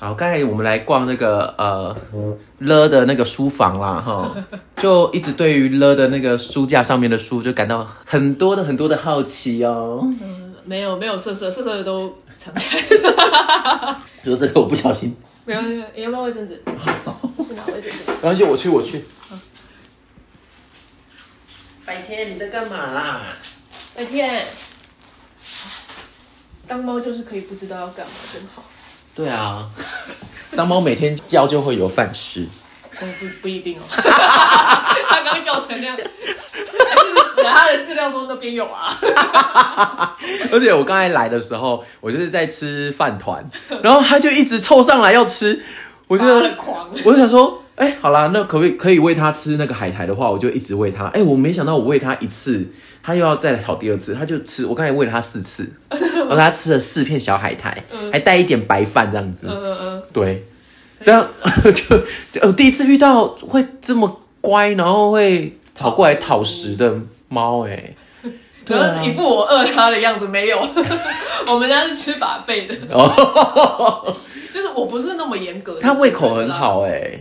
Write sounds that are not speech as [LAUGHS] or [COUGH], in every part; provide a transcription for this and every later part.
刚才我们来逛那个呃了的那个书房啦，哈，就一直对于了的那个书架上面的书就感到很多的很多的好奇哦。嗯，没有没有色色色色的都藏起来，说这个我不小心，没有没有，你要不要卫生纸？不拿卫生纸。没关系，我去我去。白天你在干嘛啦？白天，当猫就是可以不知道要干嘛，真好。对啊，当猫每天叫就会有饭吃。哦，不不一定哦。 [LAUGHS] 他刚叫成那样，还是指他的饲料中那边有啊？ [LAUGHS] 而且我刚才来的时候，我就是在吃饭团，然后它就一直凑上来要吃，我就发了狂我就想说，哎、好啦，那可不可以可以喂它吃那个海苔的话，我就一直喂它。哎、我没想到我喂它一次，它又要再来讨第二次，它就吃。我刚才喂了它四 [LAUGHS] 次，然后它吃了四片小海苔，嗯还带一点白饭这样子。嗯嗯嗯。对，但就就哦我第一次遇到会这么乖，然后会跑过来讨食的猫、哎，对然啊后一，副我饿他的样子，没有， [LAUGHS] 我们家是吃把费的， [LAUGHS] 哦，就是我不是那么严格的。它胃口很好、哎，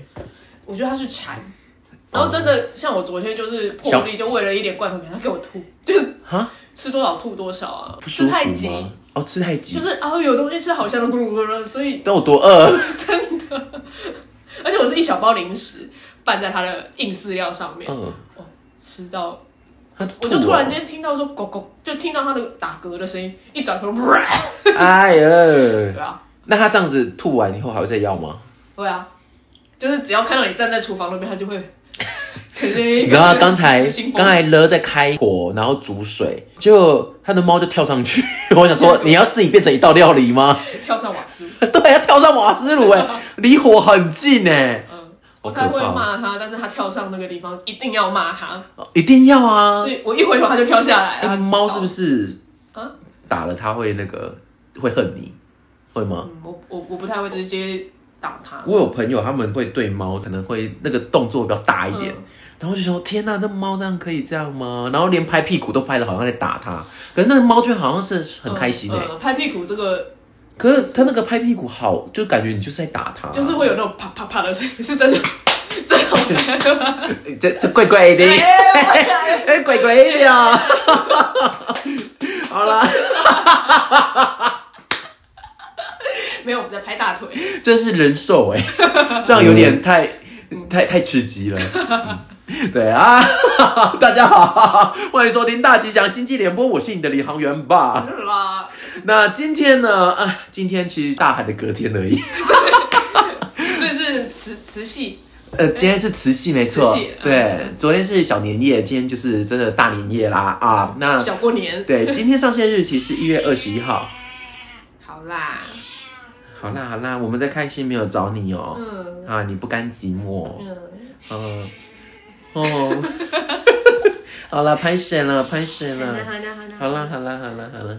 我觉得他是馋，哦然后真的像我昨天就是小破例，就为了一点罐头给他给我吐，就是哈，吃多少吐多少啊，不吃舒太服急，吗？哦，吃太急，就是啊有东西吃好香的咕噜咕噜，所以但我多饿，真的， [LAUGHS] 而且我是一小包零食拌在他的硬饲料上面，嗯，哦，吃到它吐我就突然哦，间听到说狗狗，就听到他的打嗝的声音，一 [LAUGHS] 转头，哎对呀，啊。那它这样子吐完以后还会再要 [LAUGHS] 吗？会啊，就是只要看到你站在厨房那边，他就会 [LAUGHS] 呈现一个然后刚才失心疯刚才了在开火，然后煮水，结果它的猫就跳上去， [LAUGHS] 我想 [LAUGHS] 说你要自己变成一道料理吗？ [LAUGHS] 跳上瓦斯，对，要跳上瓦斯炉 [LAUGHS] 哎，离火很近哎，嗯，好我可才会怕，骂他，但是他跳上那个地方一定要骂他，一定要啊所！以我一回头他就跳下来哎了。猫是不是？是啊，打了它会那个会恨你，会吗？嗯，我我我不太会直接打他，我有朋友他们会对猫可能会那个动作比较大一点，嗯然后就说天呐，那猫这样可以这样吗？然后连拍屁股都拍的好像在打它，可是那个猫就好像是很开心哎、嗯嗯拍屁股这个可是它那个拍屁股好，就感觉你就是在打它，就是会有那种啪啪啪的声音，是真的， [LAUGHS] 真的好看吗。这这怪怪的，哎， [LAUGHS] 怪怪的啊！好啦，没有，我们在拍大腿。 [LAUGHS] 这是人兽哎、这样有点太、太太吃鸡 [LAUGHS] 了。嗯对啊， [LAUGHS] 大家好，欢迎收听大吉祥星际联播，我是你的领航员吧。啦，那今天呢？啊，今天其实大喊的隔天而 [LAUGHS] 已。这是瓷瓷器，呃，今天是慈禧没错慈禧，嗯对，昨天是小年夜，今天就是真的大年夜啦啊。那小过年。对，今天上线日期是一月二十一号。好啦，好啦好啦，我们在看戏没有找你哦。嗯啊，你不甘寂寞。嗯。嗯。 [LAUGHS] 哦。好啦，拍谁了？拍谁了？好啦好啦好好啦好啦啦好啦好啦。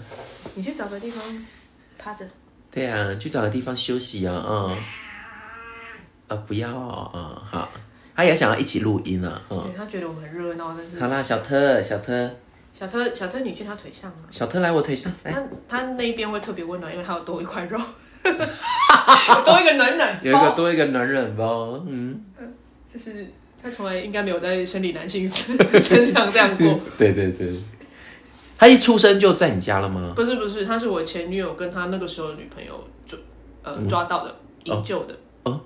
你去找个地方趴着。对啊，去找个地方休息啊啊。啊不要啊、嗯好，他也想要一起录音啊对嗯。他觉得我们很热闹，但是好啦，小特小特小特小特你去他腿上啊，小特来我腿上来，他他那一边会特别温暖，因为他有多一块 [LAUGHS] 肉，多一个暖暖包有一个，多一个男人包，嗯。就是他从来应该没有在生理男性身上这样过。 [LAUGHS] 对对对。他一出生就在你家了吗？不是不是，他是我前女友跟他那个时候的女朋友抓呃抓到的营救的，嗯哦，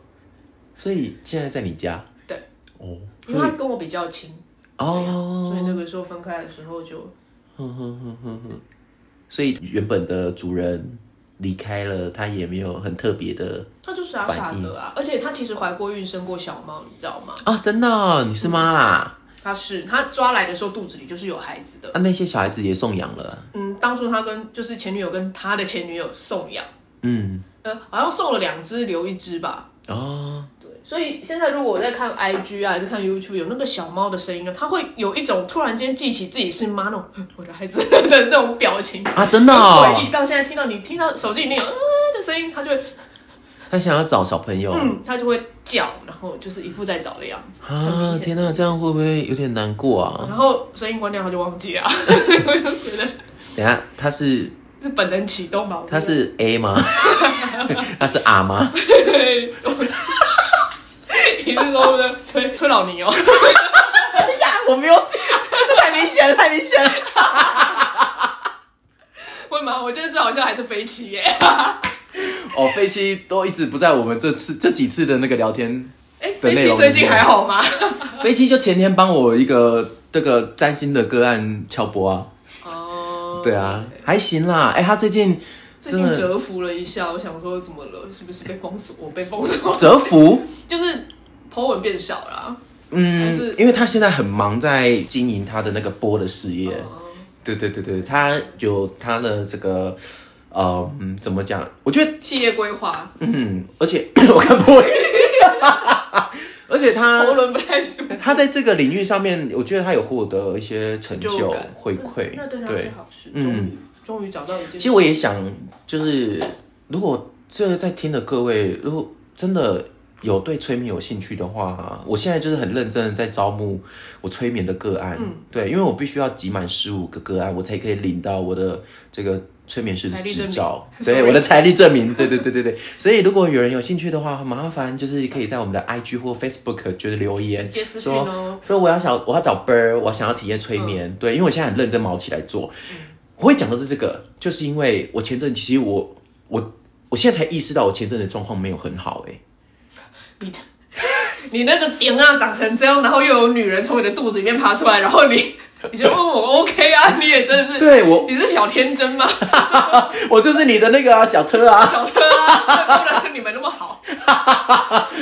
所以现在在你家对，哦，因为他跟我比较亲，哦，所以那个时候分开的时候就哼哼哼哼哼，所以原本的主人离开了，他也没有很特别的他就傻傻的啊，而且他其实怀过孕生过小猫，你知道吗？啊，真的哦、你是妈啦、他是他抓来的时候肚子里就是有孩子的。啊，那些小孩子也送养了，嗯，当初他跟就是前女友跟他的前女友送养，嗯，呃，好像送了两只留一只吧。哦，对，所以现在如果我在看 IG 啊，还是看 YouTube，有那个小猫的声音啊，它会有一种突然间记起自己是妈那种呃我的孩子的那种表情。啊，真的、很诡异，哦，到现在听到你听到手机里面有呃的声音，它就会他想要找小朋友、嗯，它就会叫，然后就是一副在找的样子。很啊，明显天哪、这样会不会有点难过啊？ [LAUGHS] 然后声音关掉，它就忘记了啊。我就觉得等一下他是是本能启动吧？我觉得他是 A [LAUGHS] 吗？他是 R 吗？对，我 [LAUGHS] 你是说我的崔崔老 [LAUGHS] 尼哦？等一下，我没有讲，太明显了，太明显了。会吗？我觉得最好笑还是飞机 [LAUGHS] 耶。哦，飞机都一直不在我们这次这几次的那个聊天哎，的飞内机容。最近还？好 [LAUGHS] 吗？ [LAUGHS] 飞机就前天帮我一个这个占星的个案敲波啊，哦，对啊，还行啦。哎、他最近最真近的折服了一下，我想说怎么了？是不是被封锁？我 [LAUGHS] 被封锁，折服，就是 po 文变少啦。还嗯是，因为他现在很忙，在经营他的那个波的事业。哦对对对对，他有他的这个，呃，嗯，怎么讲？我觉得，企业规划，嗯，而且 [COUGHS] 我看波， [LAUGHS] 而且他喉轮不太舒服，他在这个领域上面，我觉得他有获得一些成就就感回馈，那那对他是好事。终于嗯，终于找到一其件。实我也想，就是如果这在听的各位，如果真的有对催眠有兴趣的话，我现在就是很认真的在招募我催眠的个案，嗯对，因为我必须要集满十五个个案，我才可以领到我的这个。催眠师的财力执证明照，对 [LAUGHS] Sorry 我的财力证明，对对对对 [LAUGHS] 对，所以如果有人有兴趣的话，很麻烦就是可以在我们的 IG 或 Facebook 就是留言，直接私讯说哦说我要想我要找 Bird，我想要体验催眠，嗯对，因为我现在很认真毛起来做，我会讲到是这个，就是因为我前阵其实我我我现在才意识到我前阵的状况没有很好哎、 [LAUGHS] 你你那个点啊长成这样，然后又有女人从你的肚子里面爬出来，然后你 [LAUGHS] 你就问我 OK 啊， [LAUGHS] 你也真的是，对我你是小天真 [LAUGHS] 吗？我就是你的那个啊、小特 [LAUGHS] 啊，小哥啊，不能你们那 [LAUGHS] 么好，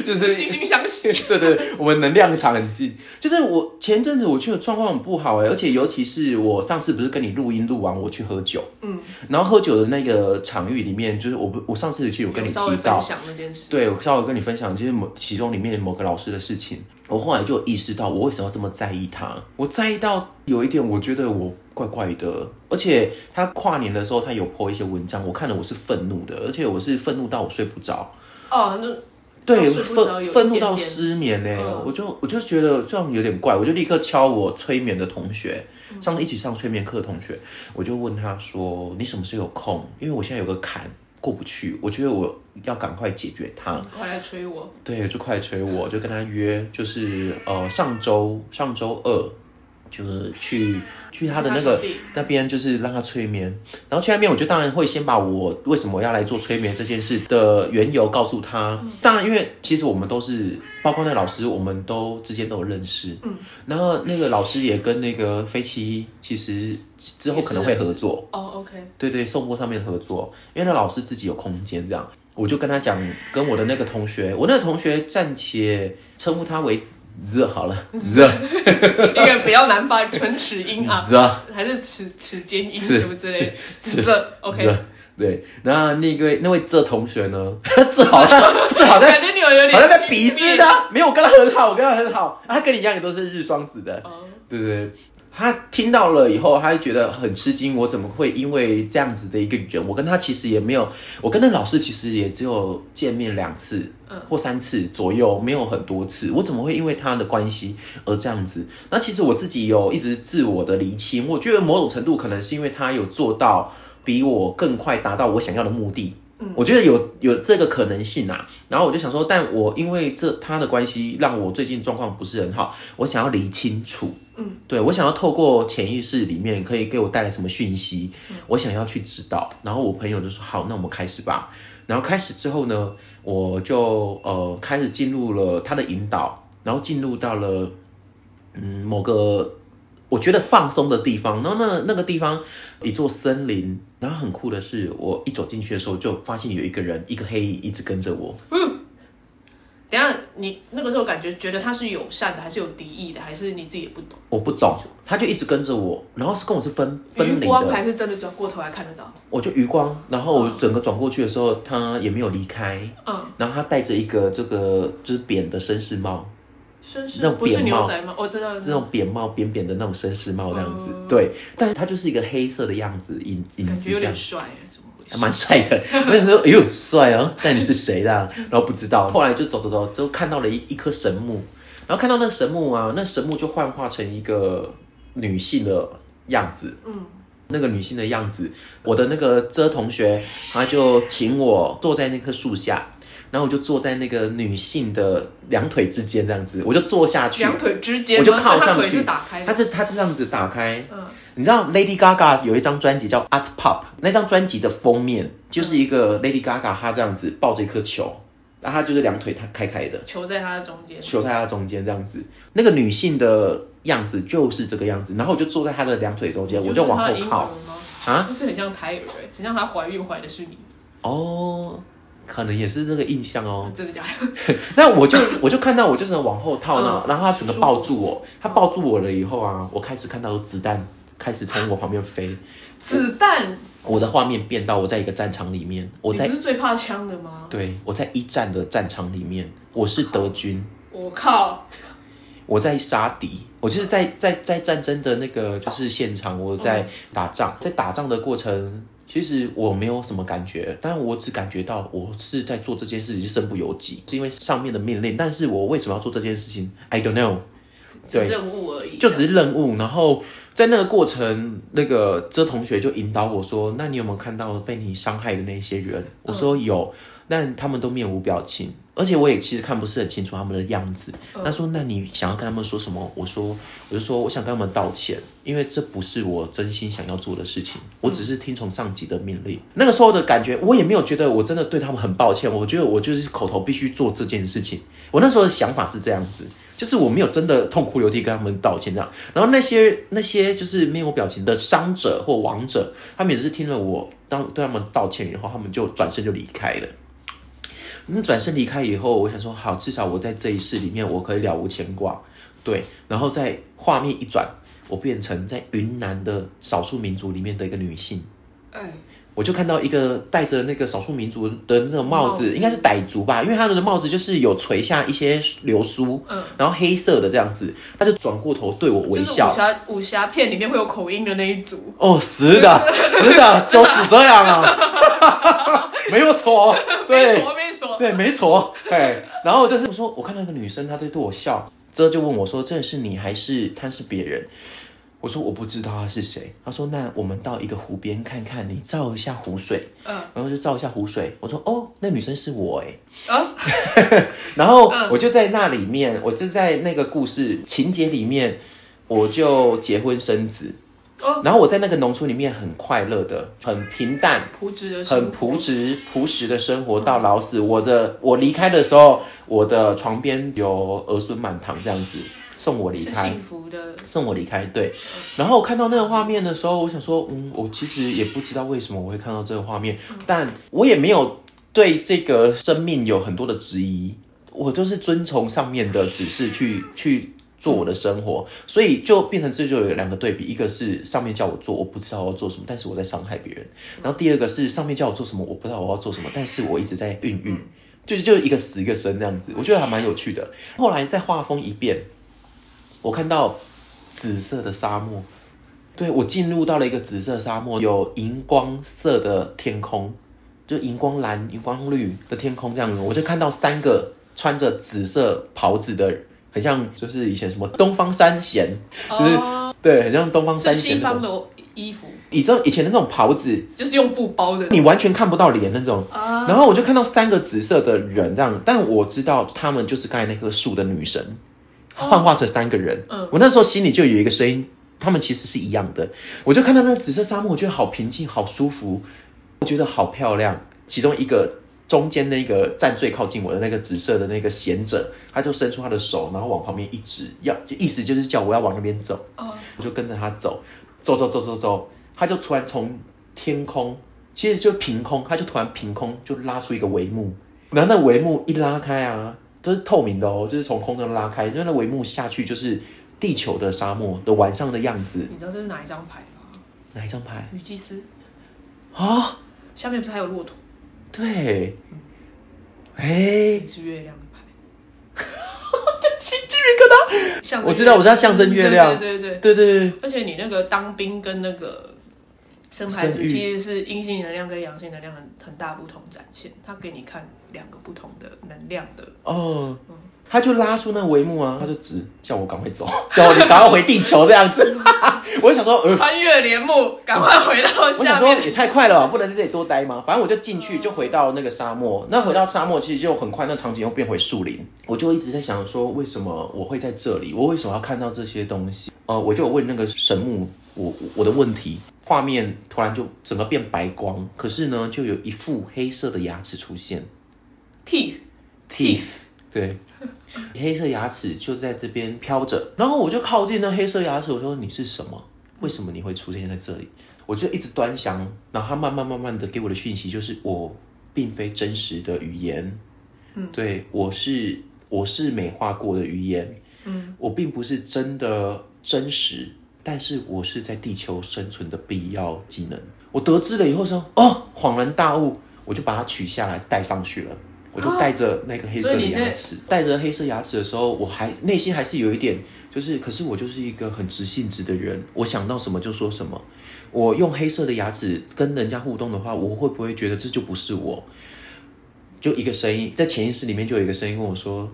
就惺是。惺相惜。对对，我们能量场很近。就是我前阵子我去的状况很不好哎、而且尤其是我上次不是跟你录音录完，我去喝酒，嗯，然后喝酒的那个场域里面，就是我不我上次其实有跟你提稍微到分，享那件事。对，我稍微跟你分享，就是某其中里面某个老师的事情，我后来就有意识到我为什么要这么在意他。我在意到有一点，我觉得我怪怪的，而且他跨年的时候他有 po 一些文章，我看了我是愤怒的，而且我是愤怒到我睡不着，哦，那对，到睡不着愤有一愤怒点到点失眠呢、嗯我就我就觉得这样有点怪，我就立刻敲我催眠的同学，嗯上次一起上催眠课的同学，我就问他说你什么时候有空？因为我现在有个坎过不去，我觉得我要赶快解决它。你快来催我。对，就快催我，就跟他约，就是呃上周上周二，就是去去他的那去他个场地那边，就是让他催眠。然后去那边，我就当然会先把我为什么要来做催眠这件事的缘由告诉他。嗯当然，因为其实我们都是，包括那老师，我们都之间都有认识。嗯，然后那个老师也跟那个飞奇，其实之后可能会合作。哦，OK，对对，送播上面合作，因为那老师自己有空间这样，我就跟他讲，跟我的那个同学，我那个同学暂且称呼他为 Z 好啊了，Z 一个比较难发唇齿音 [LAUGHS] 啊， Z 还是齿齿间音是什么之类的， [LAUGHS] 是这 OK。 Z，对，那那个那位 Z 同学呢， [LAUGHS] 这好 [LAUGHS] 像这好像感觉你有有点好像在鄙视他，没有，我跟他很好，我跟他很好，啊他跟你一样也都是日双子的，哦，对对对，他听到了以后，他觉得很吃惊，我怎么会因为这样子的一个人，我跟他其实也没有，我跟那老师其实也只有见面两次，嗯或三次左右，没有很多次，我怎么会因为他的关系而这样子？那其实我自己有一直自我的厘清，我觉得某种程度可能是因为他有做到比我更快达到我想要的目的，嗯我觉得有有这个可能性啊。然后我就想说，但我因为这他的关系，让我最近状况不是很好，我想要理清楚。嗯，对我想要透过潜意识里面可以给我带来什么讯息，嗯我想要去知道。然后我朋友就说好，那我们开始吧。然后开始之后呢，我就呃开始进入了他的引导，然后进入到了嗯某个我觉得放松的地方。然后那那个地方一座森林，然后很酷的是，我一走进去的时候就发现有一个人，一个黑影一直跟着我。嗯，等一下你那个时候感觉觉得他是友善的，还是有敌意的，还是你自己也不懂？我不懂，他就一直跟着我，然后是跟我是分分余离光的，还是真的转过头来看得到？我就余光，然后我整个转过去的时候，他也没有离开，嗯，然后他戴着一个这个就是扁的绅士帽，绅士那种不是扁牛帽仔哦吗？我知道，这种扁帽扁扁的那种绅士帽这样子，嗯对，但是他就是一个黑色的样子，影影感子觉有这点样。帅，哎怎么回还事？蛮帅的， [LAUGHS] 我想说，哎呦，帅哦！但你是谁啦？然 [LAUGHS] 后不知道，后来就走走走，之后看到了一一棵神木，然后看到那个神木啊，那神木就幻化成一个女性的样子，嗯，那个女性的样子。我的那个遮同学，他就请我坐在那棵树下，然后我就坐在那个女性的两腿之间这样子，我就坐下去，两腿之间吗我就靠所以她上腿去，是打开的她这他是这样子打开，嗯你知道 Lady Gaga 有一张专辑叫 Art Pop，那张专辑的封面就是一嗯个 Lady Gaga 她这样子抱着一颗球，然后她就是两腿她开开的，球在他的中间，球在她中间这样子，那个女性的样子就是这个样子，然后我就坐在她的两腿中间，我就往后靠啊，啊，就是很像胎儿、欸，很像她怀孕怀的是你，哦，可能也是这个印象哦。 [LAUGHS] 真的假的？那我就 [LAUGHS] 我就看到我就是往后套呢，嗯然后他整个抱住我，他抱住我了以后啊，我开始看到有子弹开始从我旁边飞，子弹，我的画面变到我在一个战场里面，我在你不是最怕枪的吗？对我在一战的战场里面，我是德军，我靠，我在杀敌，我就是在在在战争的那个就是现场，我在打仗，在打仗的过程。其实我没有什么感觉，但我只感觉到我是在做这件事情是身不由己，是因为上面的命令。但是我为什么要做这件事情？I don't know。对，任务而已，就只是任务，然后在那个过程，那个遮同学就引导我说：“那你有没有看到被你伤害的那些人？”我说有，但他们都面无表情，而且我也其实看不是很清楚他们的样子。嗯他说：“那你想要跟他们说什么？”我说：“我就说我想跟他们道歉，因为这不是我真心想要做的事情，我只是听从上级的命令。那个时候的感觉，我也没有觉得我真的对他们很抱歉，我觉得我就是口头必须做这件事情。我那时候的想法是这样子，就是我没有真的痛哭流涕跟他们道歉这样。然后那些那些就是面无表情的伤者或亡者，他们也是听了我当对他们道歉以后，他们就转身就离开了。嗯，转身离开以后，我想说好，至少我在这一世里面我可以了无牵挂，对。然后在画面一转，我变成在云南的少数民族里面的一个女性，哎，我就看到一个戴着那个少数民族的那种帽子，帽子应该是傣族吧，因为他们的帽子就是有垂下一些流苏，嗯然后黑色的这样子，他就转过头对我微就是武笑。侠武侠片里面会有口音的那一组，哦，是 [LAUGHS] 的，是的，就是这样啊，没有错，哦对 [LAUGHS] 没，错没 [LAUGHS] 错，对，没错，哎，然后就是我说，我看到一个女生，她在对我笑，之后就问我说，这是你还是她是别人？我说我不知道她是谁。她说那我们到一个湖边看看，你照一下湖水，嗯然后就照一下湖水。我说哦，那女生是我哎，啊， [LAUGHS] 然后嗯我就在那里面，我就在那个故事情节里面，我就结婚生子。哦，然后我在那个农村里面很快乐的，很平淡，朴质的生活很朴质朴实的生活到老死。我的我离开的时候，我的床边有儿孙满堂这样子送我离是开幸，福的，送我离开。对，然后我看到那个画面的时候，我想说，嗯，我其实也不知道为什么我会看到这个画面，但我也没有对这个生命有很多的质疑，我就是遵从上面的指示去去。做我的生活，所以就变成这就有两个对比，一个是上面叫我做，我不知道我要做什么，但是我在伤害别人；然后第二个是上面叫我做什么，我不知道我要做什么，但是我一直在孕育，就是就是一个死一个生这样子，我觉得还蛮有趣的。后来再画风一变，我看到紫色的沙漠，对我进入到了一个紫色沙漠，有荧光色的天空，就荧光蓝、荧光绿的天空这样子，我就看到三个穿着紫色袍子的，很像就是以前什么东方三贤，就是、哦对，很像东方三是贤西那方种。的衣服，你知道以前的那种袍子，就是用布包的，你完全看不到脸那种。啊然后我就看到三个紫色的人这样，但我知道他们就是刚才那棵树的女神，哦幻化成三个人。嗯我那时候心里就有一个声音，他们其实是一样的。我就看到那个紫色沙漠，我觉得好平静，好舒服，我觉得好漂亮。其中一个中间那个站最靠近我的那个紫色的那个贤者，他就伸出他的手，然后往旁边一指，要就意思就是叫我要往那边走。哦，我就跟着他走，走走走走走，他就突然从天空，其实就凭空，他就突然凭空就拉出一个帷幕，然后那帷幕一拉开啊，都是透明的哦，就是从空中拉开，因为那帷幕下去就是地球的沙漠的晚上的样子。你知道这是哪一张牌吗？哪一张牌女祭司，啊？下面不是还有骆驼，对，哎、也是月亮的牌。鸡鸡皮疙象瘩，征我知道我知道象征月亮，对对对对对而且你那个当兵跟那个生孩生子，育其实是阴性能量跟阳性能量很很大不同展现，它给你看两个不同的能量的。哦嗯， [LAUGHS] 他就拉出那帷幕啊，他就指叫我赶快走，叫我你赶快回地球这样子， [LAUGHS] 我想说，呃， [LAUGHS] 穿越帘幕，赶快回到我想下说面也。太快 [LAUGHS] 了吧，不能在这里多待嗯吗？反正我就进去，就回到那个沙漠。那回到沙漠，其实就很快，那场景又变回树林。我就一直在想说，为什么我会在这里？我为什么要看到这些东西？呃，我就有问那个神木，我我的问题，画面突然就整个变白光，可是呢，就有一副黑色的牙齿出现 teeth ，teeth，对。黑色牙齿就在这边飘着，然后我就靠近那黑色牙齿，我说你是什么？为什么你会出现在这里？我就一直端详，然后他慢慢慢慢的给我的讯息就是我并非真实的语言，嗯对我是我是美化过的语言，嗯，我并不是真的真实，但是我是在地球生存的必要技能。我得知了以后说，哦，恍然大悟，我就把它取下来带上去了。我就带着那个黑色哦所的以你现在牙齿，带着黑色牙齿的时候，我还内心还是有一点，就是，可是我就是一个很直性子的人，我想到什么就说什么。我用黑色的牙齿跟人家互动的话，我会不会觉得这就不是我？就一个声音，在潜意识里面就有一个声音跟我说，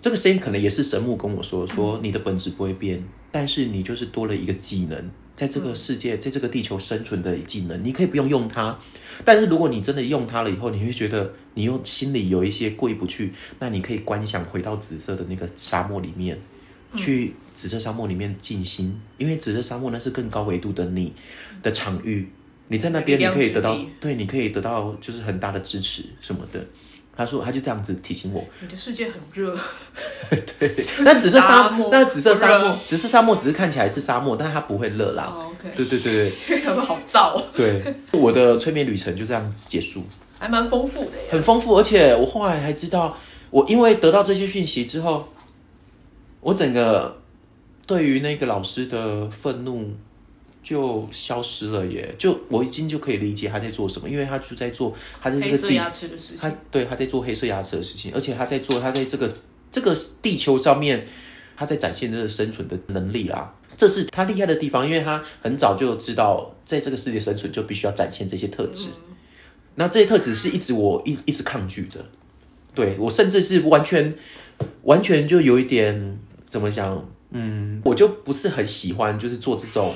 这个声音可能也是神木跟我说，说你的本质不会变，但是你就是多了一个技能，在这个世界，在这个地球生存的技能，你可以不用用它，但是如果你真的用它了以后，你会觉得你又心里有一些过意不去，那你可以观想回到紫色的那个沙漠里面。嗯去紫色沙漠里面静心，因为紫色沙漠那是更高维度的你的场域，你在那边力你量可以之得到地对，你可以得到就是很大的支持什么的。他说，他就这样子提醒我。你的世界很热。 [LAUGHS] [LAUGHS] 对，那紫色沙沙漠那紫色沙不热漠，紫色沙漠只是看起来是沙漠，但它不会热啦。哦，OK 对对对想说好燥哦，对，对我的催眠旅程就这样结束，还蛮丰富的耶。很丰富，而且我后来还知道，我因为得到这些讯息之后，我整个对于那个老师的愤怒就消失了耶，就我已经就可以理解他在做什么，因为他就在做他在这黑个色地牙齿的事情他对他在做黑色牙齿的事情，而且他在做他在这个这个地球上面他在展现这个生存的能力啦。这是他厉害的地方，因为他很早就知道，在这个世界生存就必须要展现这些特质。嗯那这些特质是一直我一一直抗拒的，对我甚至是完全完全就有一点怎么讲，嗯，我就不是很喜欢，就是做这种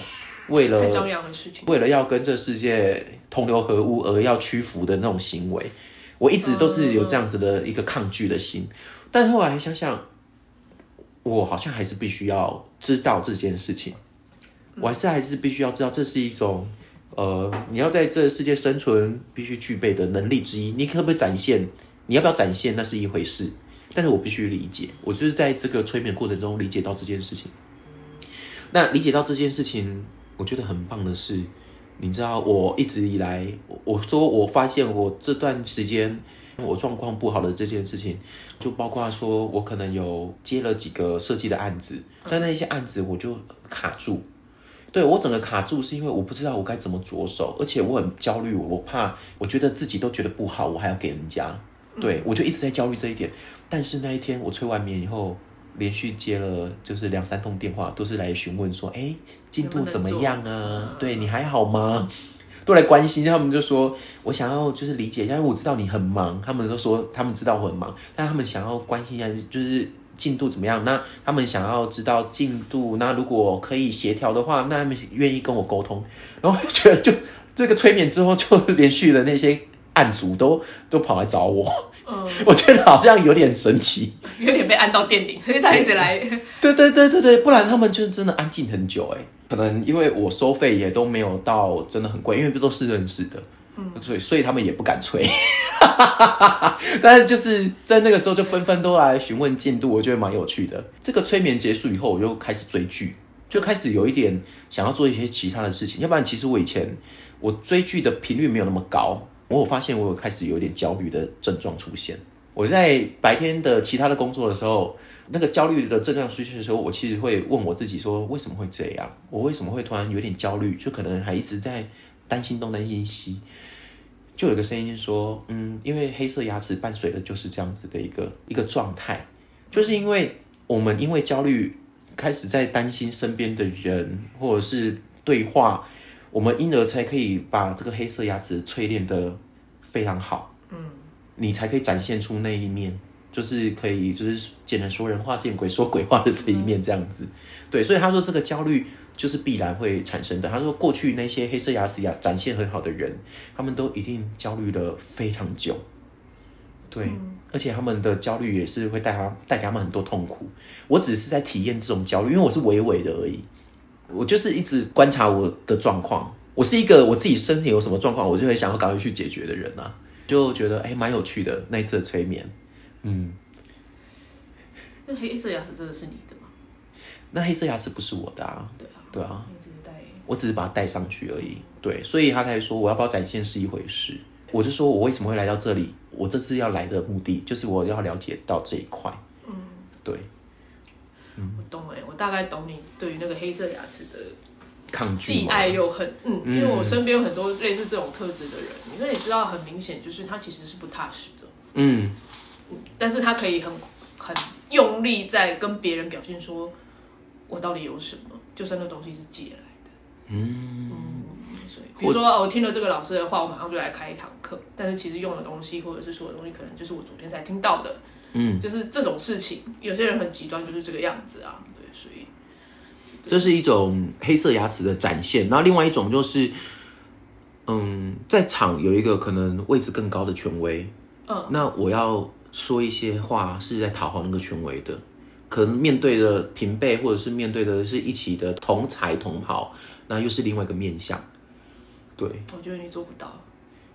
为了太张扬的事情为了要跟这世界同流合污而要屈服的那种行为，我一直都是有这样子的一个抗拒的心，但后来想想，我好像还是必须要知道这件事情，我还是还是必须要知道这是一种。呃，你要在这个世界生存必须具备的能力之一，你可不可以展现？你要不要展现那是一回事，但是我必须理解，我就是在这个催眠过程中理解到这件事情。那理解到这件事情，我觉得很棒的是，你知道，我一直以来，我我说我发现我这段时间我状况不好的这件事情，就包括说我可能有接了几个设计的案子，但那一些案子我就卡住。对我整个卡住是因为我不知道我该怎么着手，而且我很焦虑，我怕我觉得自己都觉得不好，我还要给人家，嗯对我就一直在焦虑这一点。但是那一天我催完眠以后，连续接了就是两三通电话，都是来询问说，哎，进度怎么样能不能啊做？对你还好吗？都来关心，他们就说我想要就是理解一下，因为我知道你很忙，他们都说他们知道我很忙，但他们想要关心一下就是进度怎么样，那他们想要知道进度，那如果可以协调的话，那他们愿意跟我沟通，然后我觉得就这个催眠之后，就连续的那些案主都都跑来找我，嗯，我觉得好像有点神奇。有点被按到垫底，所以他一直来。对对对对对，不然他们就真的安静很久哎。可能因为我收费也都没有到真的很贵，因为不都是认识的，嗯所以所以他们也不敢催。但是就是在那个时候就纷纷都来询问进度，我觉得蛮有趣的。这个催眠结束以后，我就开始追剧，就开始有一点想要做一些其他的事情。要不然其实我以前我追剧的频率没有那么高，我有发现我有开始有点焦虑的症状出现。我在白天的其他的工作的时候，那个焦虑的症状出现的时候，我其实会问我自己说，为什么会这样？我为什么会突然有点焦虑？就可能还一直在担心东担心西。就有一个声音说，嗯，因为黑色牙齿伴随的就是这样子的一个一个状态，就是因为我们因为焦虑开始在担心身边的人或者是对话，我们因而才可以把这个黑色牙齿淬炼的非常好，嗯，你才可以展现出那一面，就是可以就是见人说人话，见鬼说鬼话的这一面这样子。对，所以他说这个焦虑就是必然会产生的。他说过去那些黑色牙齿牙展现很好的人，他们都一定焦虑了非常久，对，嗯而且他们的焦虑也是会带他带给他们很多痛苦。我只是在体验这种焦虑，因为我是微微的而已，我就是一直观察我的状况。我是一个我自己身体有什么状况，我就会想要赶快去解决的人啊，就觉得哎蛮有趣的那一次的催眠，嗯，那黑色牙齿真的是你的吗？那黑色牙齿不是我的啊，对啊，对啊，你只是戴我只是把它带上去而已。对，所以他才说我要不要展现是一回事。我就说我为什么会来到这里，我这次要来的目的就是我要了解到这一块。嗯，对，嗯我懂哎、我大概懂你对于那个黑色牙齿的抗拒既嘛爱又恨，嗯，因为嗯我身边有很多类似这种特质的人，你可以知道很明显，就是他其实是不踏实的，嗯嗯，但是他可以很很用力在跟别人表现说，我到底有什么，就算那东西是借来的，嗯，嗯，所以比如说哦，我听了这个老师的话，我马上就来开一堂课，但是其实用的东西或者是说的东西，可能就是我昨天才听到的，嗯，就是这种事情，有些人很极端，就是这个样子啊，对，所以这是一种黑色牙齿的展现。然后另外一种就是，嗯，在场有一个可能位置更高的权威，嗯那我要说一些话是在讨好那个权威的，可能面对的平辈或者是面对的是一起的同才同好，那又是另外一个面向。对，我觉得你做不到。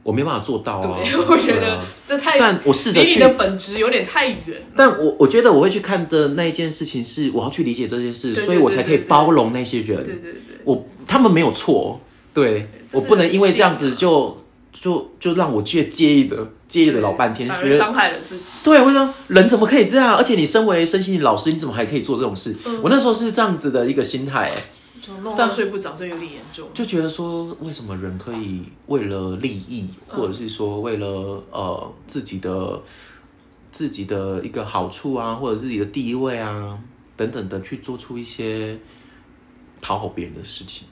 我没办法做到啊。对， [LAUGHS] 我觉对得啊这太，但我试着离你去的本质有点太远。但我我觉得我会去看的那一件事情是，我要去理解这件事，对对所以我才可以对对对包容那些人。对对对，我他们没有错，哦对这我是不能因为这样人子性啊就就就让我介介意的介意了老半天，反觉而得伤害了自己。对，我就说人怎么可以这样？而且你身为身心灵老师，你怎么还可以做这种事？嗯我那时候是这样子的一个心态，哎就弄到但睡不着，这有点严重。就觉得说为什么人可以为了利益，嗯或者是说为了呃自己的自己的一个好处啊，或者自己的地位啊等等的去做出一些讨好别人的事情。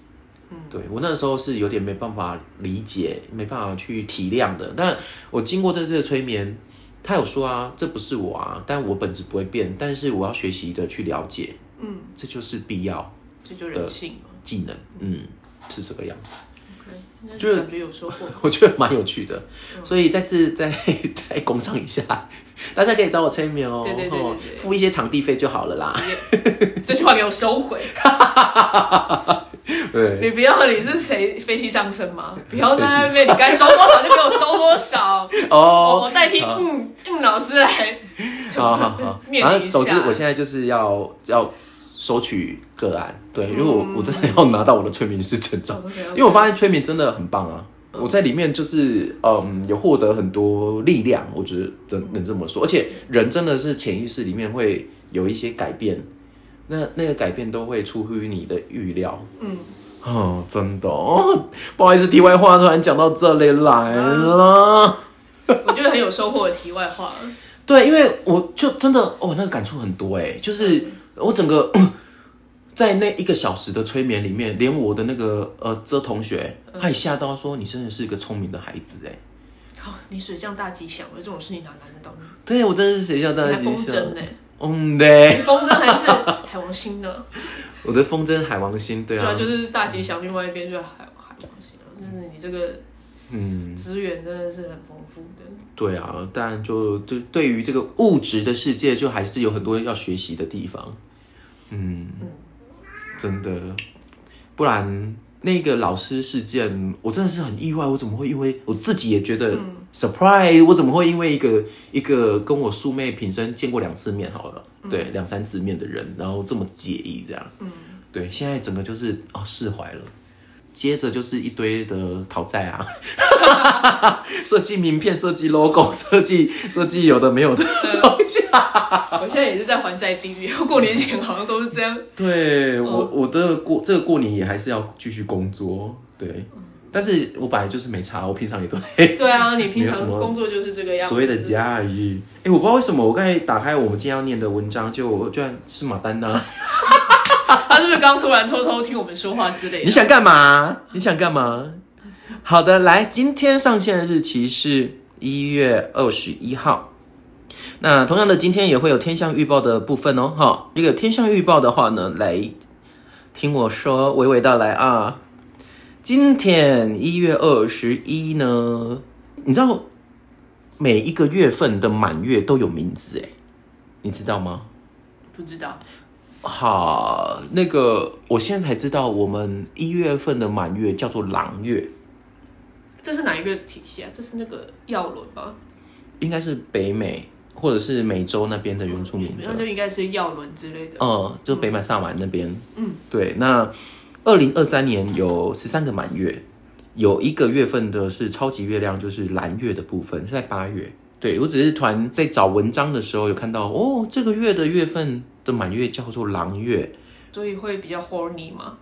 嗯，对我那时候是有点没办法理解，没办法去体谅的。但我经过这次的催眠，他有说啊，这不是我啊，但我本质不会变，但是我要学习的去了解，嗯，这就是必要这就人性嘛。技能，嗯，是这个样子。 [LAUGHS] OK，那就就感觉有收获。 [LAUGHS] 我觉得蛮有趣的，嗯所以再次再再工商一下，大家可以找我催眠哦，对对对哦对对付一些场地费就好了啦。这句话给我收回， [LAUGHS] 对，你不要你是谁飞机上升吗？不要在那边，你该收多少就给我收多少。 [LAUGHS] 哦我我代替好嗯嗯老师来， [LAUGHS] 好好好， [LAUGHS] 念反你正一总之下我现在就是要要收取个案，对，因为我、嗯哦我真的要拿到我的催眠师证照， OK，OK 嗯因为我发现催眠真的很棒啊。我在里面就是嗯，有获得很多力量，我觉得能能这么嗯说，而且人真的是潜意识里面会有一些改变，那那个改变都会出乎于你的预料，嗯， [LAUGHS] 哦，真的哦， [LAUGHS] 不好意思，题外话突然讲到这里来了。我觉得很有收获的题外话。对，因为我就真的哦，那个感触很多哎，就是我整个在那一个小时的催眠里面，连我的那个呃遮同学，嗯他也吓到说你真的是一个聪明的孩子哎。好，你水象大吉祥，这种事情哪难得到你？对，我真的是谁叫大家你还风筝欸嗯对，风筝还是 [LAUGHS] 海王星呢？我的风筝海王星，对对啊，啊，就是大吉祥，另外一边就是海海王星啊，就是你这个嗯，资源真的是很丰富的。对啊，但就就对于这个物质的世界，就还是有很多要学习的地方，嗯嗯，真的，不然那个老师事件，我真的是很意外，我怎么会因为我自己也觉得嗯 surprise，、我怎么会因为一个一个跟我素昧平生见过两次面好了，嗯对，两三次面的人，然后这么介意这样，嗯，对，现在整个就是哦释怀了。接着就是一堆的讨债啊， [LAUGHS] 设计名片、设计 logo、设计设计有的没有的东西。我现在也是在还债地狱， [LAUGHS] 过年前好像都是这样。对我哦我的过这个过年也还是要继续工作，对。但是我本来就是没差，我平常也都 [LAUGHS] 会 [LAUGHS] 对啊，你平嗯没有什常么工作就是这个样子。所谓的假日。哎、我不知道为什么我刚才打开我们今天要念的文章，就我居然是马丹娜。 [LAUGHS] 他是不是刚突然偷偷听我们说话之类你的？想干嘛？你想干嘛？好的，来，今天上线的日期是一月二十一号。那同样的，今天也会有天象预报的部分哦，哈。这个天象预报的话呢，来听我说，娓娓道来啊。今天一月二十一呢，你知道每一个月份的满月都有名字哎，你知道吗？不知道，好，那个我现在才知道，我们一月份的满月叫做狼月，这是哪一个体系啊？这是那个药轮吧？应该是北美或者是美洲那边的原住民那就的，应该是药轮之类的。嗯，就北美萨满那边。嗯，对，那二零二三年有十三个满月，有一个月份的是超级月亮，就是蓝月的部分是在八月。对我只是突然在找文章的时候有看到，哦，这个月的月份的满月叫做狼月，所以会比较 horny 吗？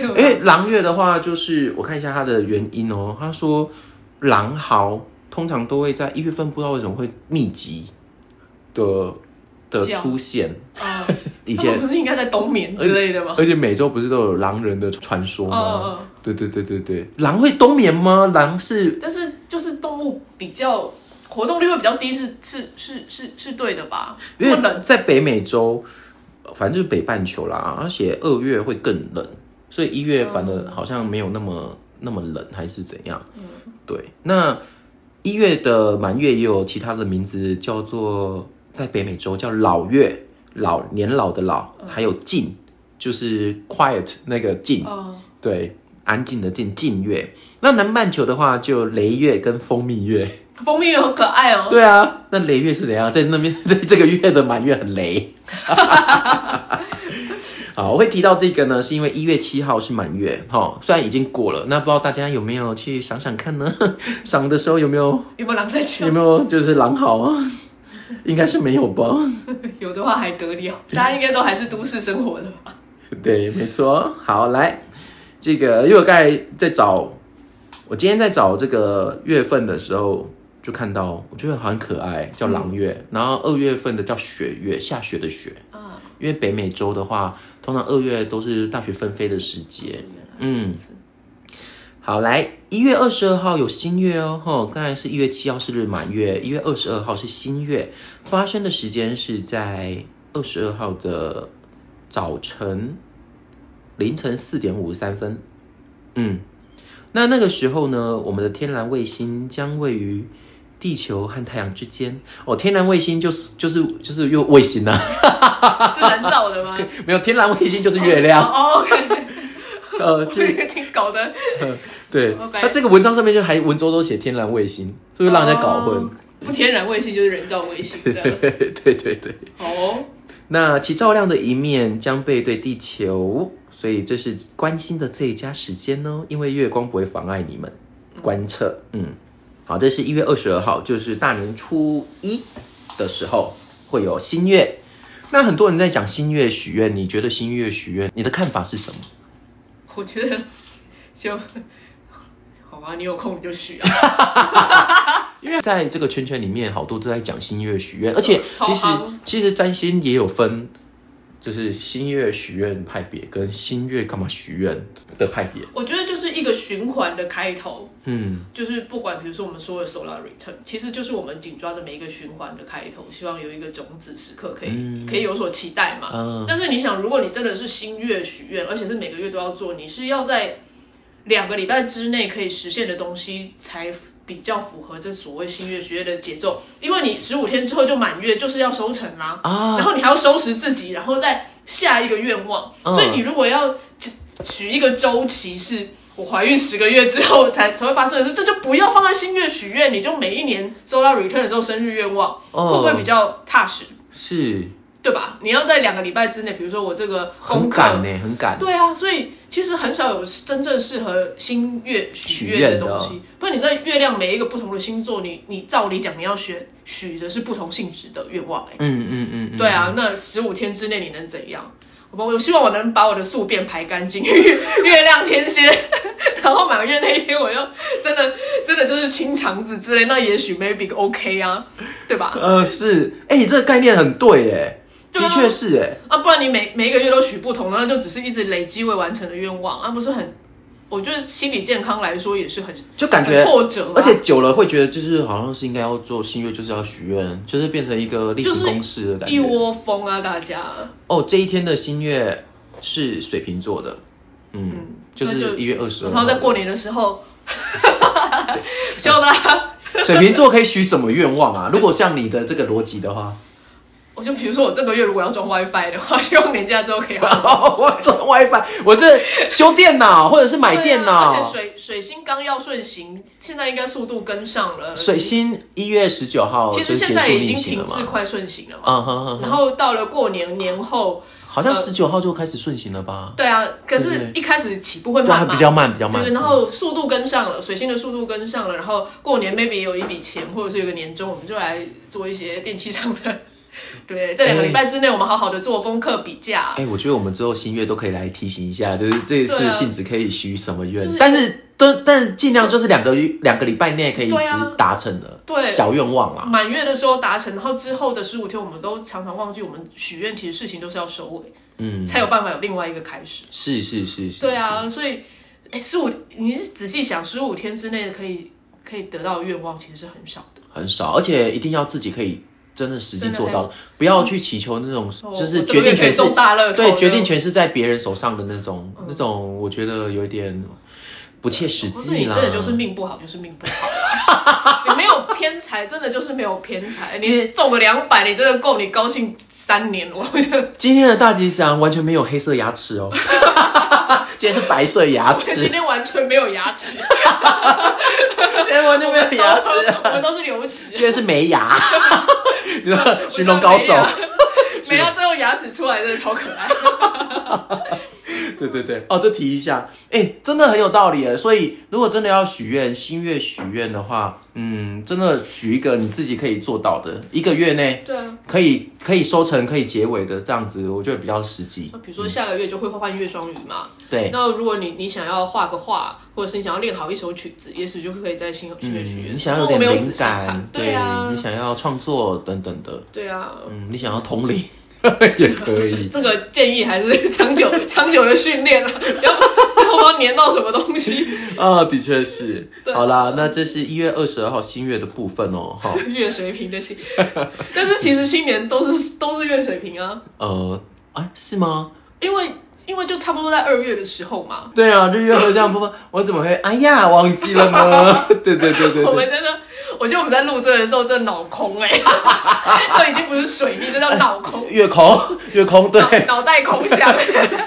因为狼月的话，就是我看一下它的原因哦，他说狼嚎通常都会在一月份，不知道为什么会密集的的叫出现。啊， [LAUGHS] 以他们前呃不是应该在冬眠 [LAUGHS] 之类的吗？而且美洲不是都有狼人的传说吗？嗯嗯嗯对对对对对，狼会冬眠吗？狼是但是就是动物比较活动力会比较低是，是是是是对的吧？因不为冷，在北美洲，呃反正就是北半球啦，而且二月会更冷，所以一月反哦而好像没有那么、那么冷，还是怎样？嗯，对，那一月的满月也有其他的名字，叫做在北美洲叫老月，老年老的老，嗯还有静，就是 quiet 那个静。哦，对，安静的静静月。那南半球的话，就雷月跟蜂蜜月。蜂蜜也好可爱哦。对啊，那雷月是怎样？在那边， [LAUGHS] 在这个月的满月很雷。 [LAUGHS] 好，我会提到这个呢，是因为一月七号是满月，哈、虽然已经过了，那不知道大家有没有去想想看呢？ [LAUGHS] 赏的时候有没有有没有狼在叫？有没有就是狼嚎啊？应该是没有吧？有的话还得了？大家应该都还是都市生活的吧？对，没错。好，来，这个因为我刚才在找，我今天在找这个月份的时候，就看到我觉得很可爱，叫狼月，然后二月份的叫雪月，下雪的雪。啊，因为北美洲的话，通常二月都是大雪纷飞的时节。嗯，好，来，一月二十二号有新月哦，吼，刚才是一月七号是日满月，一月二十二号是新月，发生的时间是在二十二号的早晨凌晨四点五十三分，嗯，那那个时候呢，我们的天然卫星将位于地球和太阳之间，哦，天然卫星就是就是就是又卫星啊， [LAUGHS] 是人造的吗？没有天然卫星就是月亮，哦，OK， [LAUGHS] 哦呃，我就以为挺搞的。 [LAUGHS] 对， OK 他这个文章上面就还文绉绉写天然卫星，是不是让人家搞混哦？不天然卫星就是人造卫星的。 [LAUGHS] 对 [LAUGHS] 对对对。好哦，那其照亮的一面将背对地球，所以这是关心的最佳时间哦，因为月光不会妨碍你们观测。嗯，好，这是一月二十二号，就是大年初一的时候会有新月。那很多人在讲新月许愿，你觉得新月许愿，你的看法是什么？我觉得就好吧，你有空你就许啊。因为在这个圈圈里面，好多都在讲新月许愿，而且超其实夯其实占星也有分，就是新月许愿派别跟新月干嘛许愿的派别。我觉得就是一个循环的开头，嗯，就是不管比如说我们说的 solar return，其实就是我们紧抓着每一个循环的开头，希望有一个种子时刻可以、嗯可以有所期待嘛。嗯但是你想，如果你真的是新月许愿，而且是每个月都要做，你是要在两个礼拜之内可以实现的东西才。比较符合这所谓新月许愿的节奏，因为你十五天之后就满月，就是要收成啦、啊然后你还要收拾自己，然后再下一个愿望。嗯所以你如果要取一个周期是。我怀孕十个月之后才才会发生的事，这就不要放在新月许愿，你就每一年收到 return 的时候生日愿望，哦会不会比较踏实，是对吧？你要在两个礼拜之内，比如说我这个很功课，赶呢、很赶。对啊，所以其实很少有真正适合新月许许愿愿的的东西。不然你在月亮每一个不同的星座，你你照理讲你要选许的是不同性质的愿望、欸，嗯嗯嗯嗯，对啊，那十五天之内你能怎样？我我希望我能把我的宿便排干净，因 [LAUGHS] 为月亮天蝎，然后满月那一天我又真的真的就是清肠子之类，那也许 maybe OK 啊，对吧？呃是，哎、你这个概念很对哎，对的啊确是哎、啊，不然你每每一个月都许不同，那就只是一直累积未完成的愿望，啊，不是很，我觉得心理健康来说也是很就感觉很挫折啊而且久了会觉得就是好像是应该要做新月，就是要许愿，就是变成一个例就行是公事的感觉。一窝蜂啊，大家。哦，这一天的新月是水瓶座的，嗯，嗯就是那就一月二十二。然后在 [LAUGHS] 过年的时候， [LAUGHS] 希望大家，水瓶座可以许什么愿望 [LAUGHS] 啊？如果像你的这个逻辑的话，我就比如说我这个月如果要装 WiFi 的话，希望年假之后可以换 [LAUGHS] 装。我装 WiFi，我这修电脑或者是买电对脑。啊而且水水星刚要顺行，现在应该速度跟上了。水星一月十九号其就实是结现束在已经逆行停了滞嘛？快顺行了嘛。嗯哼哼然哼，后到了过年年后，好像呃十九号就开始顺行了吧？对啊，可对是对对一开始起步会对啊慢嘛，比较慢比较慢对，然后速度跟上了，水星的速度跟上了，然后过年 maybe 也有一笔钱或者是有个年终，我们就来做一些电器上的。对，这两个礼拜之内，我们好好的做功课比价。哎、我觉得我们之后新月都可以来提醒一下，就是这一啊对次啊性质可以许什么愿，就是但是都但尽量就是两个月两个礼拜内可以对只啊达成的、对小愿望啦。满月的时候达成，然后之后的十五天，我们都常常忘记，我们许愿其实事情都是要收尾，嗯，才有办法有另外一个开始。是是是是，对啊，所以，哎，十五，你是仔细想，十五天之内可以可以得到的愿望其实是很少的。很少，而且一定要自己可以真的实际真的做可到，不要去祈求那种、哦就是我这决个月定可权以是中大乐透对这决定样权是在别人手上的那种，嗯那种我觉得有一点不切实不是你际啦。真的就是命不好，就是命不好啦。你没有偏财，真的就是没有偏财。其实你中个两百，你真的够你高兴三年。我觉得今天的大吉祥完全没有黑色牙齿 [LAUGHS] 哦，今天是白色牙我齿今，天完全没有 [LAUGHS] 牙齿，今天完全没有牙 [LAUGHS] 齿， [LAUGHS] 我们都是留指。今天是没牙， [LAUGHS] 你知道 [LAUGHS] 寻龙高手我。觉得没牙，没牙最后牙齿出来真的超可 [LAUGHS] 爱。对对对，哦，这提一下，哎，真的很有道理哎。所以如果真的要许愿，新月许愿的话，嗯，真的许一个你自己可以做到的，一个月内对啊，可以可以收成、可以结尾的这样子，我觉得比较实际那。比如说下个月就会换月双鱼嘛。对，那如果你你想要画个画，或者是你想要练好一首曲子，也许就可以在新新月许愿。嗯你想要有我点没有灵仔细看感，，对啊，你想要创作等等的，对啊，嗯，你想要通灵 [LAUGHS] 也可以。这个建议还是长久长久的训 [LAUGHS] 练了，不要最后不知道粘到什么东西。 [LAUGHS] 啊、的确是。对啊好啦，那这是一月二十二号新月的部分哦，哈，月水瓶的心， [LAUGHS] 但是其实新年都是都是月水瓶啊，呃，啊，是吗？因为因为就差不多在二月的时候嘛，对啊，日月合这样 [LAUGHS] 部分，我怎么会哎呀忘记了呢？对对对对我对们。真的，我觉得我们在录这的时候真的脑 [LAUGHS] 空哎、欸，这已经不是水逆，这叫脑空，月 [LAUGHS] 空，月空，对脑，脑袋空想 [LAUGHS]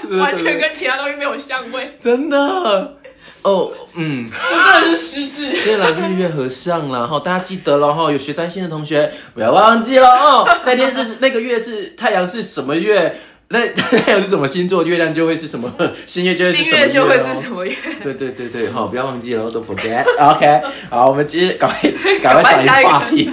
对，完全跟其他东西没有相位，真的，哦，嗯，这真的是失智。接下来日月合相啦，哈，大家记得了哈，有学占星的同学不要忘记了哦。那天 [LAUGHS] 是那个月是太阳是什么月？那 [LAUGHS] 太阳是什么星座？月亮就会是什 [LAUGHS] 么？新月就会是什新么月、月哦？就会是什么月？ [LAUGHS] 对对对对，好，不要忘记了，don't forget。OK，好，我们接赶快赶快赶快找下一一个个话 [LAUGHS] 题。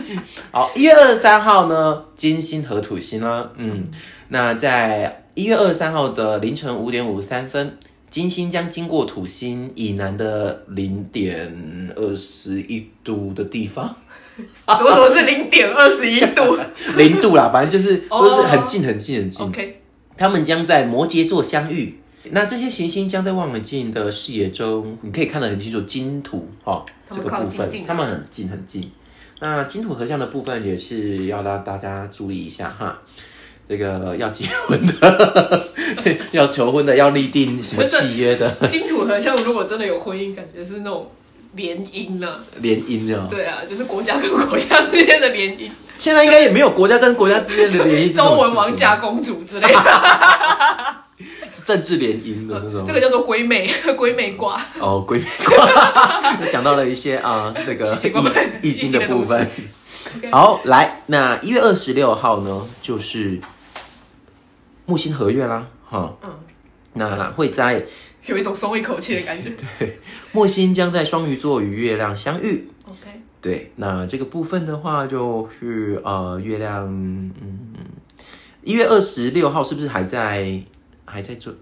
好，一月二十三号呢，金星和土星啦，嗯，那在一月二十三号的凌晨五点五十三分，金星将经过土星以南的零点二十一度的地 [LAUGHS] 方，什么什么是零点二十一 [LAUGHS] 度零度啦，反正就是哦就是很近很近很近。 ？OK，他们将在摩羯座相遇。那这些行星将在望远镜的视野中，你可以看得很清楚金土哈、他这们个靠部近分近，的啊他们很近很近。那金土合相的部分也是要让大家注意一下哈，这个要结婚的、 [LAUGHS] 要求婚的、要立定什么契约 [LAUGHS] 的金土合相如果真的有婚姻，感觉是那种联姻了。联姻啊，对啊，就是国家跟国家之间的联姻，现在应该也没有国家跟国家之间的哎联姻这种 [LAUGHS] 周文事王情啊嫁公主之 [LAUGHS] 类的，政治联姻的那种，呃这个叫做闺 [LAUGHS] 妹，闺妹卦。 [LAUGHS] 哦，鬼卦，就讲到了一些啊、那个奇奇怪怪易易经的部分 [LAUGHS] 易。OK 好，来，那一月二十六号呢，就是木星合月啦，哈，嗯，那会在有一种松一口气的感觉。对木星将在双鱼座与月亮相遇。 [LAUGHS] OK，对，那这个部分的话就是呃，月亮，嗯，一月二十六号是不是还在还在做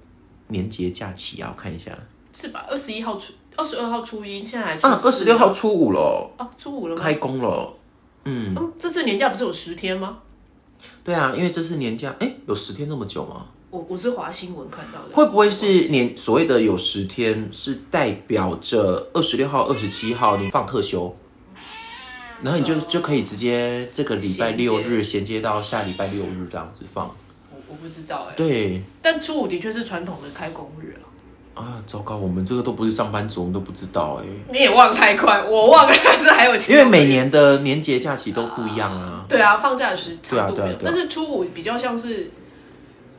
年节假期啊？我看一下，是吧？二十一号初，二十二号初一，现在还初啊，二十六号初五喽，啊，初五了吗？开工了，嗯。嗯，这次年假不是有十天吗？对啊，因为这是年假，哎，有十天那么久吗？我我是华新闻看到的。会不会是年所谓的有十天是代表着二十六号、二十七号你放特休，然呃后你就就可以直接这个礼拜六日衔接到下礼拜六日这样子放？哦？我不知道哎、对但初五的确是传统的开工日啊。啊，糟糕，我们这个都不是上班族，我们都不知道哎、你也忘太快，我忘了这还有因前面为每年的年节假期都不一样啊。对啊，放假的时长度对啊没对有，啊对啊但是初五比较像是。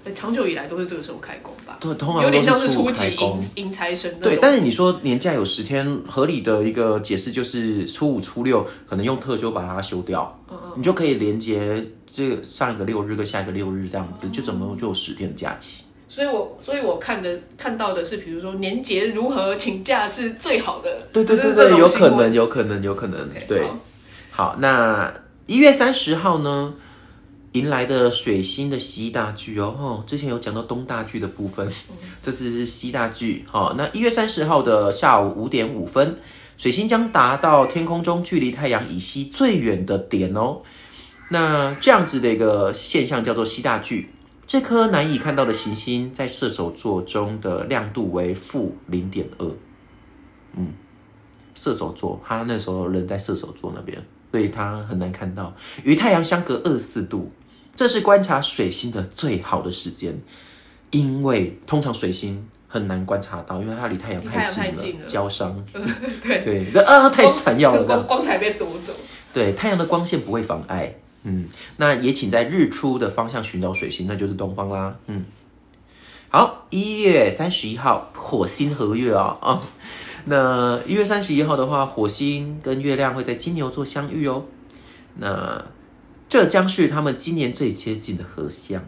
呃长久以来都是这个时候开工吧，对通常有点都像是初五初级开工迎迎财神那种。对，但是你说年假有十天，合理的一个解释就是初五、初六可能用特休把它休掉，嗯嗯你就可以连接这个上一个六日跟下一个六日这样子，就总共就有十天的假期。所以我所以我看的看到的是，比如说年节如何请假是最好的，对对就是对这对，种有新可闻能，有可能，有可能 OK，对好。好，那一月三十号呢，迎来的水星的西大剧哦，哦，之前有讲到东大剧的部分，嗯 [LAUGHS] 这次是西大剧。好、那一月三十号的下午五点五分，水星将达到天空中距离太阳以西最远的点哦。那这样子的一个现象叫做西大距。这颗难以看到的行星在射手座中的亮度为负零点二，嗯，射手座，他那时候人在射手座那边，所以他很难看到，与太阳相隔二四度，这是观察水星的最好的时间，因为通常水星很难观察到，因为它离太阳离太太阳近太了，近了焦伤， [LAUGHS] 对对，这啊太闪耀了，这光样光彩被夺走。对，太阳的光线不会妨碍。嗯，那也请在日出的方向寻找水星，那就是东方啦。嗯，好，一月三十一号，火星合月啊、啊、那一月三十一号的话，火星跟月亮会在金牛座相遇哦。那这将是他们今年最接近的合相。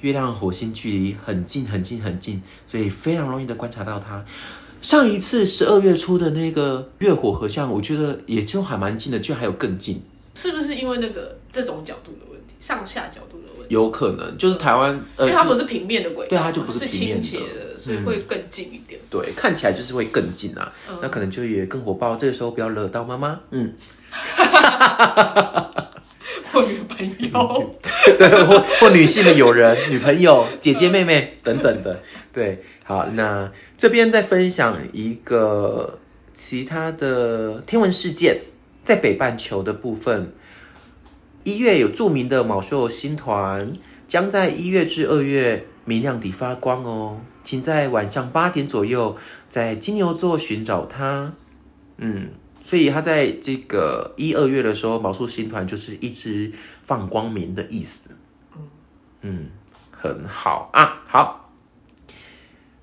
月亮和火星距离很近很近很近，所以非常容易的观察到它。上一次十二月初的那个月火合相，我觉得也就还蛮近的，就还有更近，是不是因为那个这种角度的问题，上下角度的问题？有可能就是台湾呃，因为它就不是平面的轨道对，嘛，它就不是平面倾的斜的，所以嗯会更近一点。 [LAUGHS] 对，看起来就是会更近啊，嗯那可能就也更火爆。这个时候不要惹到妈妈，嗯，我女朋友， [LAUGHS] 对，或或女性的友人、女朋友、姐姐、妹妹等等的。对，好，那这边再分享一个其他的天文事件，在北半球的部分，一月有著名的卯宿星团将在一月至二月明亮地发光哦，请在晚上八点左右在金牛座寻找它。嗯，所以它在这个一二月的时候，卯宿星团就是一直放光明的意思。嗯嗯，很好啊，好。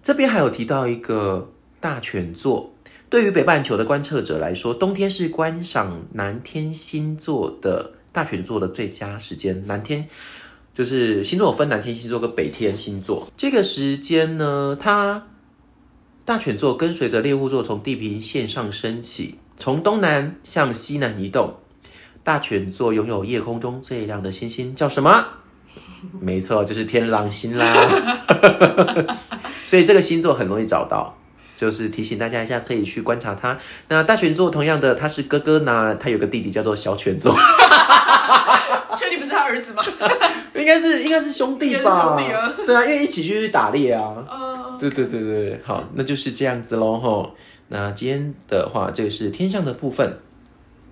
这边还有提到一个大犬座，对于北半球的观测者来说，冬天是观赏南天星座的大犬座的最佳时间。南天就是星座有分南天星座跟北天星座，这个时间呢，它大犬座跟随着猎户座从地平线上升起，从东南向西南移动。大犬座拥有夜空中最亮的星星，叫什么？ [LAUGHS] 没错，就是天狼星啦。 [LAUGHS] 所以这个星座很容易找到，就是提醒大家一下，可以去观察它。那大犬座同样的，他是哥哥呢，他有个弟弟叫做小犬 [LAUGHS] 座，嗯确定不是他儿子 [LAUGHS] 吗？应该是应该是兄弟应该是吧？兄弟啊对啊，因为一起去打猎啊。呃，对对对对，好，那就是这样子喽吼。那今天的话，这个是天象的部分。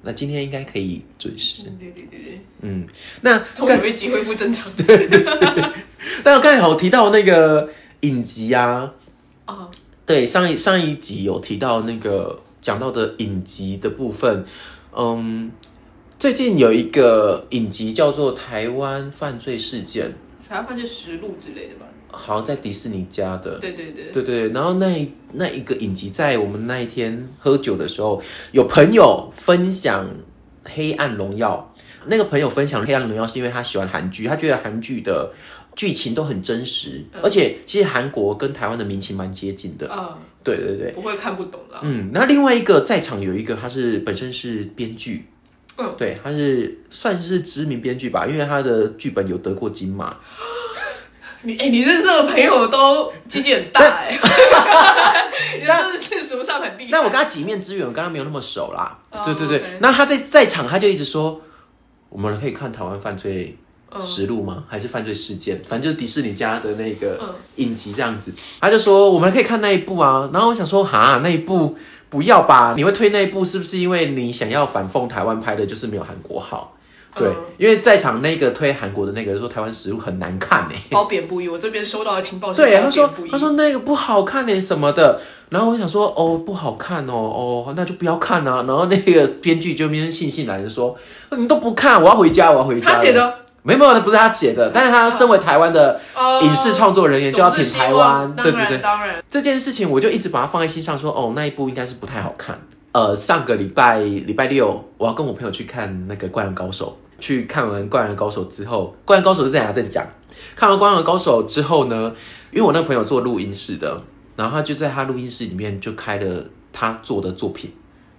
那今天应该可以准时，对对对对，嗯，那终于有一集恢复正常。 [LAUGHS] 但我刚才有提到那个影集啊，啊，对，上一上一集有提到那个讲到的影集的部分，嗯，最近有一个影集叫做《台湾犯罪事件才要发现实录之类的吧？》，好像在迪士尼家的，对对对对对，然后那一那一个影集在我们那一天喝酒的时候，有朋友分享《黑暗荣耀》，那个朋友分享《黑暗荣耀》是因为他喜欢韩剧，他觉得韩剧的剧情都很真实，嗯而且其实韩国跟台湾的民情蛮接近的，啊，对对对。不会看不懂啦。嗯，那另外一个在场有一个，他是本身是编剧，嗯，对，他是算是知名编剧吧，因为他的剧本有得过金马。你哎，你认识的朋友都鸡 [LAUGHS] 鸡很大哎， [LAUGHS] 你是不是世俗上很厉害？但我跟他几面之缘，我跟他没有那么熟啦。哦对对对 OK 那他在在场他就一直说，我们可以看台湾犯罪实录吗？还是犯罪事件？反正就是迪士尼家的那嗯个影集这样子。他就说我们可以看那一部啊，然后我想说哈那一部不要吧，你会推那一部是不是因为你想要反讽台湾拍的就是没有韩国好？对嗯，因为在场那个推韩国的那个说台湾食物很难看欸呢、褒贬不一。我这边收到的情报是褒对，贬他说不一他说那个不好看呢、什么的，然后我想说哦不好看哦哦那就不要看啊，然后那个编剧就边悻悻然的说你们都不看，我要回家，我要回家了。他写的没有没有，不是他写的，但是他身为台湾的哦影视创作人员就要总挺是希台湾，望对当对然对，当然这件事情我就一直把它放在心上说，哦，那一部应该是不太好看。呃，上个礼拜礼拜六，我要跟我朋友去看那个《灌篮高手》，去看完《灌篮高手》之后，《灌篮高手》是在哪再讲？看完《灌篮高手》之后呢，因为我那个朋友做录音室的，然后他就在他录音室里面就开了他做的作品。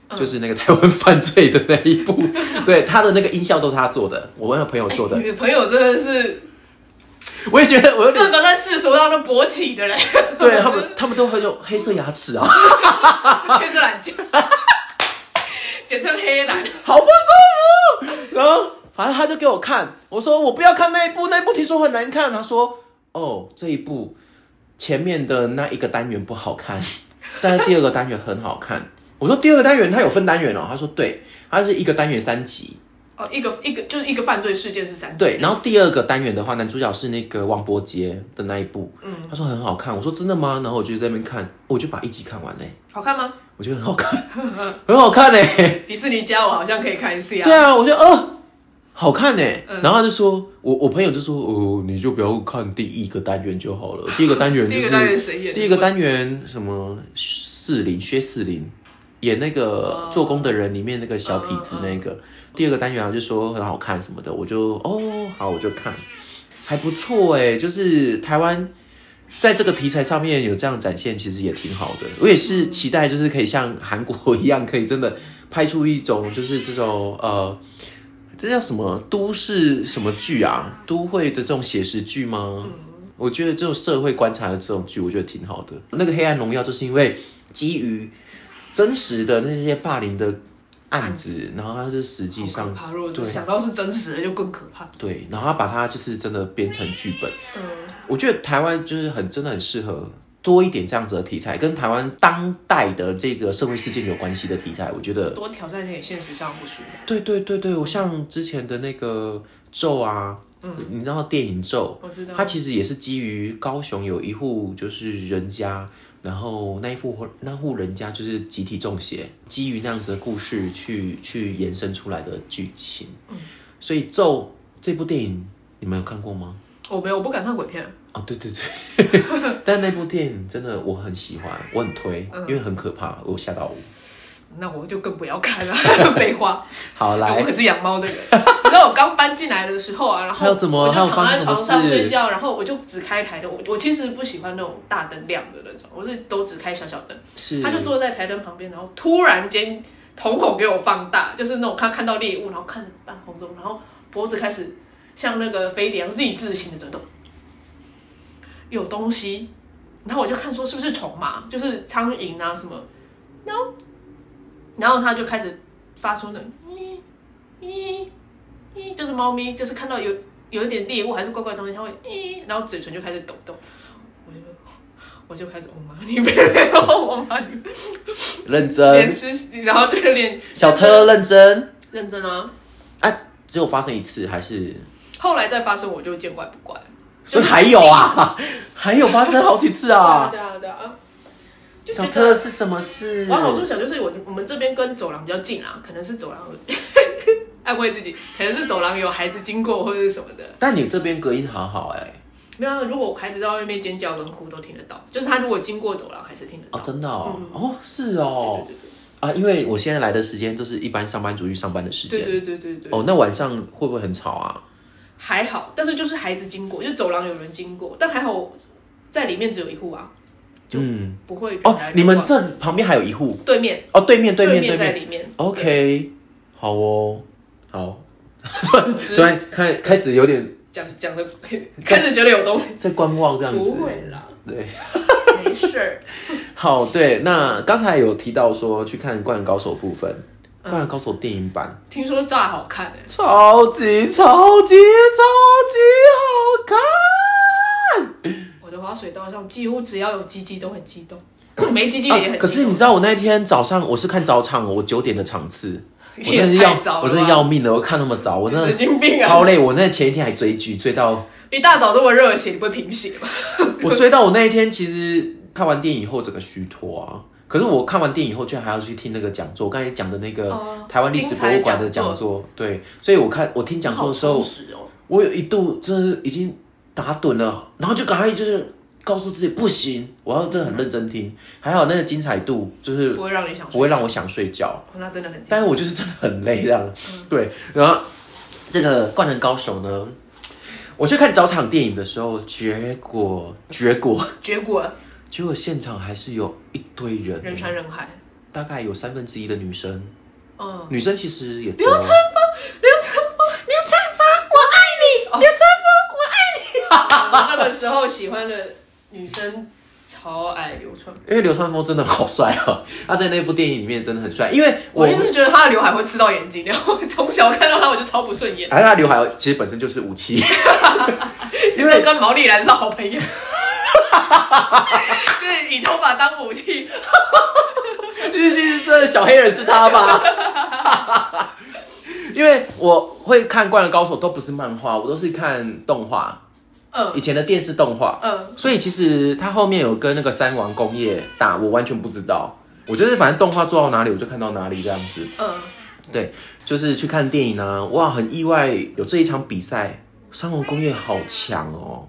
嗯就是那个台湾犯罪的那一 [LAUGHS] 部，对他的那个音效都是他做的，我那个朋友做的哎，你的朋友真的是我也觉得我有点 [LAUGHS] 各个在世俗上都勃起的嘞， [LAUGHS] 对他们，他们都很有黑色牙齿啊，黑色懒觉，简称黑懒。好不舒服。然后反正他就给我看，我说我不要看那一部，那一部听说很难看。他说哦，这一部前面的那一个单元不好看， [LAUGHS] 但是第二个单元很好看。我说第二个单元它有分单元哦，他说对，它是一个单元三集，哦，一个一个就是一个犯罪事件是三对，然后第二个单元的话，男主角是那个王伯杰的那一部，嗯他说很好看，我说真的吗？然后我就在那边看，我就把一集看完嘞、欸好看吗？ [LAUGHS] 我觉得很好看， [LAUGHS] 很好看嘞、欸迪士尼家我好像可以看一次呀。对啊，我就呃，好看呢、嗯然后他就说，我我朋友就说，哦，你就不要看第一个单元就好 [LAUGHS] 了，第一个单元第就一是个单元谁演的第一个单元什么四零薛四零演那个哦做工的人里面那个小痞子嗯嗯嗯那个，第二个单元啊就说很好看什么的，我就哦好我就看，还不错哎、就是台湾。在这个题材上面有这样展现，其实也挺好的。我也是期待，就是可以像韩国一样，可以真的拍出一种就是这种呃，这叫什么都市什么剧啊？都会的这种写实剧吗？我觉得这种社会观察的这种剧，我觉得挺好的。那个《黑暗荣耀》就是因为基于真实的那些霸凌的案子，然后它是实际好可上怕，如果对想到是真实的就更可怕。对，然后他把它就是真的编成剧本。嗯，我觉得台湾就是很真的很适合多一点这样子的题材，跟台湾当代的这个社会事件有关系的题材，我觉得。多挑战一点现实上不舒服。对对对对，我像之前的那个咒啊，嗯你知道电影咒，我知道它其实也是基于高雄有一户就是人家，然后那一户那户人家就是集体中邪，基于那样子的故事去去延伸出来的剧情。嗯，所以咒这部电影你们有看过吗？我没有，我不敢看鬼片。哦，对对对， [LAUGHS] 但那部电影真的我很喜欢，我很推，嗯因为很可怕，我吓到我。那我就更不要 [LAUGHS] 看了，废话。好来我可是养猫的人。你知道我刚搬进来的时候啊，然还有后怎么我就还有躺发在生什么床上事睡觉，然后我就只开台灯。我我其实不喜欢那种大灯亮的那种，我是都只开小小灯。是，他就坐在台灯旁边，然后突然间瞳孔给我放大，就是那种他看到猎物，然后看半空中，然后脖子开始像那个飞碟一样 Z 字形的转动，有东西，然后我就看说是不是虫嘛，就是苍蝇啊什么，no，然后他就开始发出那种咦咦咦，就是猫咪，就是看到有有一点猎物还是怪怪的东西，它会咦，然后嘴唇就开始抖动，我就我就开始我妈你没有我妈你认连真，吃，然后这个脸呃小特认真认真啊。啊，只有发生一次还是？后来再发生我就见怪不怪。所以还有啊， [LAUGHS] 还有发生好几次啊对。啊对啊对啊，就觉小特得是什么事？往好处想就是我我们这边跟走廊比较近啊，可能是走廊 [LAUGHS] 安慰自己，可能是走廊有孩子经过或者是什么的。但你这边隔音好好哎，没有啊，如果孩子在外面尖叫跟哭都听得到，就是他如果经过走廊还是听得到。哦，真的哦嗯，哦是哦对对对对，啊，因为我现在来的时间都是一般上班族去上班的时间。对对对对对。哦，那晚上会不会很吵啊？还好，但是就是孩子经过，就是走廊有人经过，但还好我在里面只有一户啊，就嗯不会人哦来人往、，你们这旁边还有一户对面哦，对面对面面在面里面。 OK，好哦，好。突然 [LAUGHS] 突然开开始有点讲讲的 [LAUGHS] 开始觉得有东西，在观望这样子。不会 [LAUGHS] 啦，对，没事儿。好对。那刚才有提到说去看《灌篮高手》部分，嗯《灌篮高手》电影版听说炸好看哎、超级超级超级好看。我的滑水道上几乎只要有鸡鸡都很 [CLEARS THROAT] 啊激动，没鸡鸡的也很激动、 [LAUGHS] 啊可是你知道我那天早上我是看早场，我九点的场次，也我真的是要太早，了我真的吧要命了！我看那么早，我真的神经病啊超累。我那前一天还追剧，追 [LAUGHS] 到一大早这么热血，你不会贫血吗？我追到我那一天，其实看完电影以后整个虚脱啊。可是我看完电影以后，居然还要去听那个讲座，我刚才讲的那个哦台湾历史博物馆的精彩讲讲座，对，所以我看我听讲座的时好候充，实哦我有一度真的已经打盹了，然后就赶快就是告诉自己不行，我要真的很认真听。还好那个精彩度就是不会让你想睡不会让我想睡觉，哦那真的很精彩。但是我就是真的很累这样。嗯对，然后这个《灌篮高手》呢，我去看早场电影的时候，结果结果结果结果现场还是有一堆人，欸人山人海，大概有三分之一的女生，嗯，女生其实也多刘。春芳，刘春芳，刘春芳，我爱你，刘春芳，我爱哦你。那个时候喜欢的女生超爱刘春芳，因为流川枫真的好帅哦，他在那部电影里面真的很帅。因为我就是觉得她的刘海会刺到眼 [LAUGHS] 睛，然后从小看到她我就超不顺眼。还是他刘海哦其实本身就是武 [LAUGHS] 器，因就为跟毛利兰是好朋 [LAUGHS] 友，就是以头发当武器。 [LAUGHS] 日剧这小黑人是他吧？ [LAUGHS] 因为我会看《灌篮高手》都不是漫画，我都是看动画，以嗯前的电视动画。嗯，所以其实他后面有跟那个三王工业打，我完全不知道。我就是反正动画做到哪里我就看到哪里这样子。嗯，对，就是去看电影啊，哇，很意外有这一场比赛，三王工业好强哦。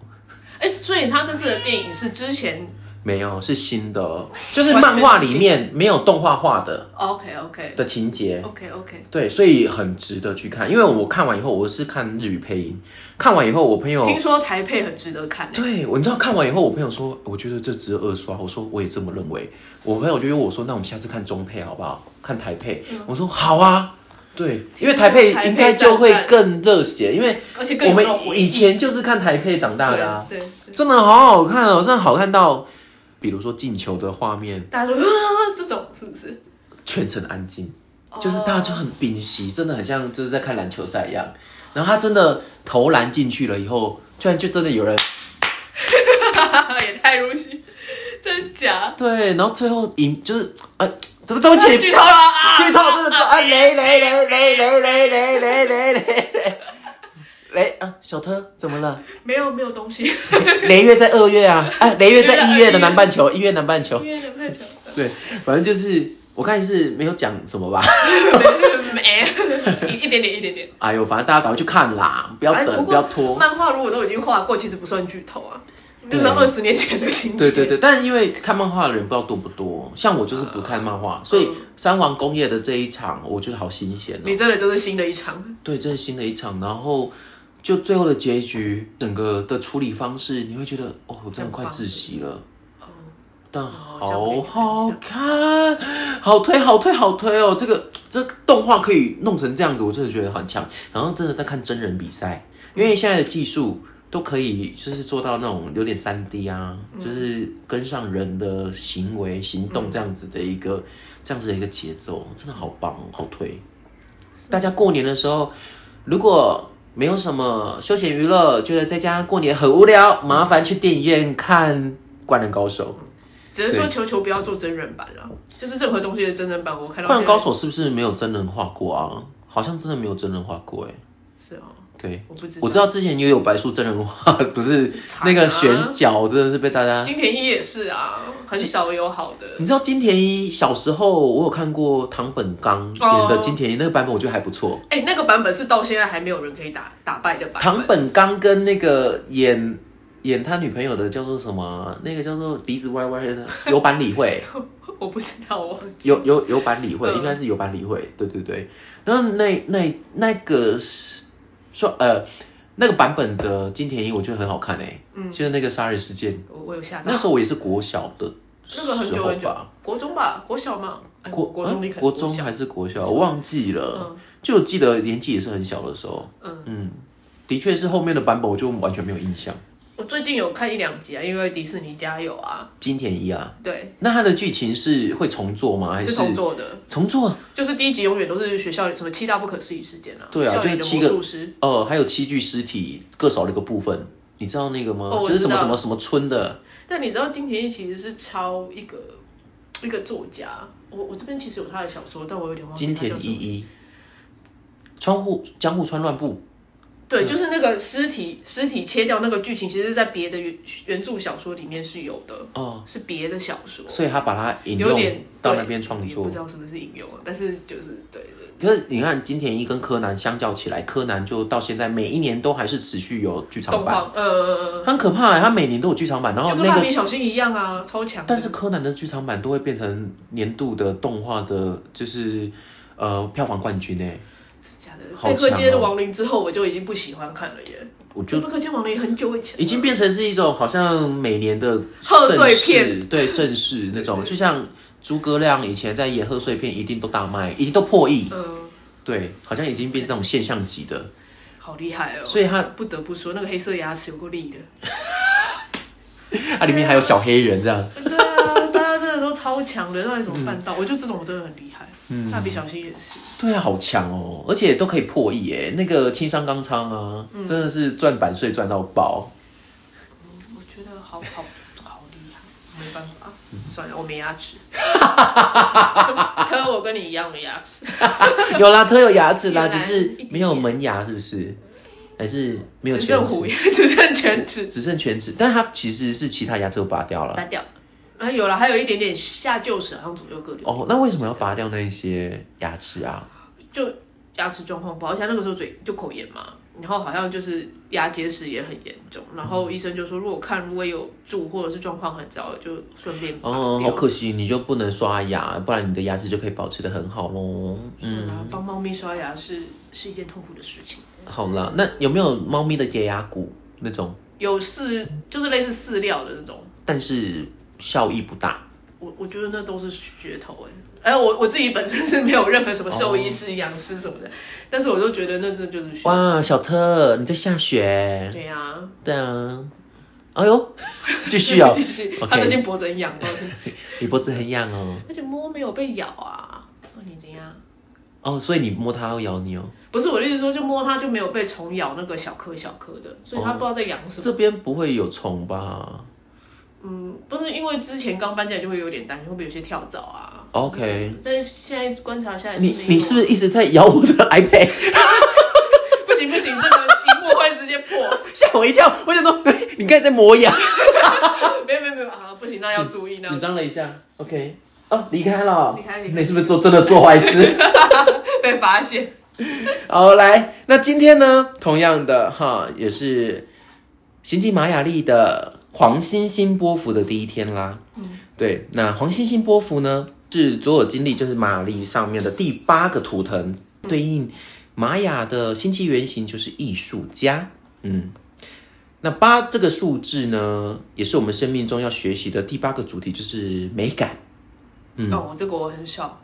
哎、所以他这次的电影是之前没有，是新的，哦就是漫画里面没有动画化的 OK OK 的情节。 OK OK，对，所以很值得去看，因为我看完以后，我是看日语配音，看完以后我朋友，听说台配很值得看、欸。对我你知道看完以后，我朋友说，我觉得这值得二刷，我说我也这么认为，我朋友就约我说，那我们下次看中配好不好？看台配，嗯我说好啊。对，因为台台配配应该就会更热血，因为而且更有我们那种回忆以前就是看台配长大的啊，对对对真的好好看哦，真的好看到，比如说进球的画面，大家说啊，这种是不是？全程安静哦，就是大家就很屏息，真的很像就是在看篮球赛一样。然后他真的投篮进去了以后，居然就真的有人也太入戏，真假？对，然后最后赢就是哎，怎么对不起，剧透了啊剧透真的啊啊啊雷雷雷雷雷雷雷雷雷雷雷雷啊小特怎么了？没有没有东西，雷月在二月啊，哎雷月在一月的南半球，一月南半球因，为人太强了。对，反正就是我看是没有讲什么吧。没，一一点点一点点。哎呦，反正大家赶快去看啦，不要哎等，过不要拖。漫画如果都已经画过，其实不算剧透啊，就对是二十年前的情节。对对对，但因为看漫画的人不知道多不多，像我就是不看漫画，所以三王工业的这一场我觉得好新鲜你哦。真的就是新的一场。对，这是新的一场，然后就最后的结局，整个的处理方式，你会觉得哦，我真的快窒息了。哦，但哦好好好看，好推好推好推哦！这个这个动画可以弄成这样子，我真的觉得很强。然后真的在看真人比赛，因为现在的技术都可以，就是做到那种有点三 D 啊，就是跟上人的行为行动这样子的一个、这样子的一个节奏，真的好棒哦，好推！大家过年的时候，如果没有什么休闲娱乐，觉得在家过年很无聊，麻烦去电影院看《灌篮高手》。只是说对求求不要做真人版了，就是任何东西的真人版，我看《到。灌篮高手》是不是没有真人画过啊？好像真的没有真人画过哎、是哦，对，我不知道我知道之前也有白素真人画， [LAUGHS] 不是那个选角真的是被大家。啊金田一也是啊，很少有好的你。知道金田一小时候我有看过唐本刚演的金田一、那个版本，我觉得还不错。哎、那个版本是到现在还没有人可以打打败的版本。唐本刚跟那个演演他女朋友的叫做什么？啊那个叫做鼻子歪歪的有版理惠。 [LAUGHS] 我不知道，我忘记有有有版理会，嗯应该是有版理会，对对对。然后那那那个是说呃那个版本的金田一，我觉得很好看哎、嗯就是那个杀人事件，我我有吓到。那时候我也是国小的时那候吧，个很久很久，国中吧，国小嘛，哎国国中啊你可能国中小还是国小，我忘记了，嗯就记得年纪也是很小的时候，嗯嗯，的确是后面的版本我就完全没有印象。我最近有看一两集啊，因为迪士尼家有啊，金田一啊，对，那它的剧情是会重做啊吗？还是重做的，重做就是第一集永远都是学校里什么七大不可思议事件啊，对啊，校就园是的七魔个术师，呃，还有七具尸体，各少了一个部分，你知道那个吗？哦我就是知什么道什么什么村的，但你知道金田一其实是抄一个一个作家，我我这边其实有他的小说，但我有点忘记金他叫田什一么一，窗户江户川乱步，嗯对，就是那个尸体尸体切掉那个剧情，其实在别的原原著小说里面是有的，哦，是别的小说，所以他把它引有用点到对那边创也作不知。道是不是引用啊，但是就是对对，可是你看金田一跟柯南相较起来，柯南就到现在每一年都还是持续有剧场动版，画呃，很可怕、欸，他每年都有剧场版，然后就跟那蜡个笔小新一样啊，超强的。但是柯南的剧场版都会变成年度的动画的，就是呃票房冠军哎，真假的好贝克街的强哦亡灵之后，我就已经不喜欢看了耶。我就贝克街亡灵很久以前了已经变成是一种好像每年的贺岁盛世片，对盛世那种，就像诸葛亮以前在演贺岁片，一定都大卖，一定都破亿，嗯，对，好像已经变这种现象级的， [LAUGHS] 好厉害哦。所以他不得不说，那个黑色牙齿有够力的。它啊里面还有小黑人这样，对啊，大家真的都超强的，到底怎么办到？我觉得这种我真的很厉害。嗯蜡笔小新也是。对啊，好强哦，而且都可以破亿哎，那个青山刚昌啊，嗯真的是赚版税赚到爆， [LAUGHS] 嗯我觉得好好好厉害，没办法，嗯算了，我没牙 [LAUGHS] 齿。可我跟你一样没牙齿。有啦，特有牙齿啦，原来只是一点没有点门牙，是不是？还是没有只全剩虎齿？牙，只剩全齿只剩全齿，但它其实是其他牙齿都拔掉拔了。掉。啊，有了，还有一点点下臼齿，好像左右各留。哦，那为什么要拔掉那一些牙齿啊？就牙齿状况不好，而且他那个时候嘴就口炎嘛，然后好像就是牙结石也很严重，然嗯后医生就说，如果看如果有蛀或者是状况很糟，就顺便拔哦，掉好可惜，你就不能刷牙，不然你的牙齿就可以保持的很好喽。对啊嗯，帮猫咪刷牙是是一件痛苦的事情，好啦，那有没有猫咪的洁牙骨那种？有饲就是类似饲料的那种，但是效益不大。我我觉得那都是噱头哎、哎，我我自己本身是没有任何什么兽哦医师、养师什么的，但是我就觉得那这就是噱头。哇，小特，你在下雪？对呀、啊，对啊。哎 [LAUGHS]。呦，继续哦继续。 [LAUGHS] 他最 OK，近脖子很痒，不知道是你脖子很痒哦。而且摸没有被咬啊，那你怎样？哦，所以你摸它会咬你哦。不是我的意思说，就摸它就没有被虫咬那个小颗小颗的，所以它哦不知道在养什么。这边不会有虫吧嗯，不是因为之前刚搬进来就会有点担心，会不会有些跳蚤啊？OK，但是现在观察下来是没你有啊，你是不是一直在 [LAUGHS] 咬我的 iPad？ [LAUGHS] 不行不行，这个屏幕会直接破。吓我一跳！我想说， [LAUGHS] 你刚才在磨牙，没有没有没有啊，不行，那要注意那紧要张了一下。OK，哦，离开了，离开离开你是不是做真的做坏事？ [LAUGHS] 被发现。好，来，那今天呢，同样的哈，也是行进玛雅历的黄星星波幅的第一天啦。嗯，对，那黄星星波幅呢，是左耳金历，就是玛雅历上面的第八个图腾，对应玛雅的星际原型就是艺术家。嗯，那八这个数字呢，也是我们生命中要学习的第八个主题，就是美感。嗯，哦，这个我很少，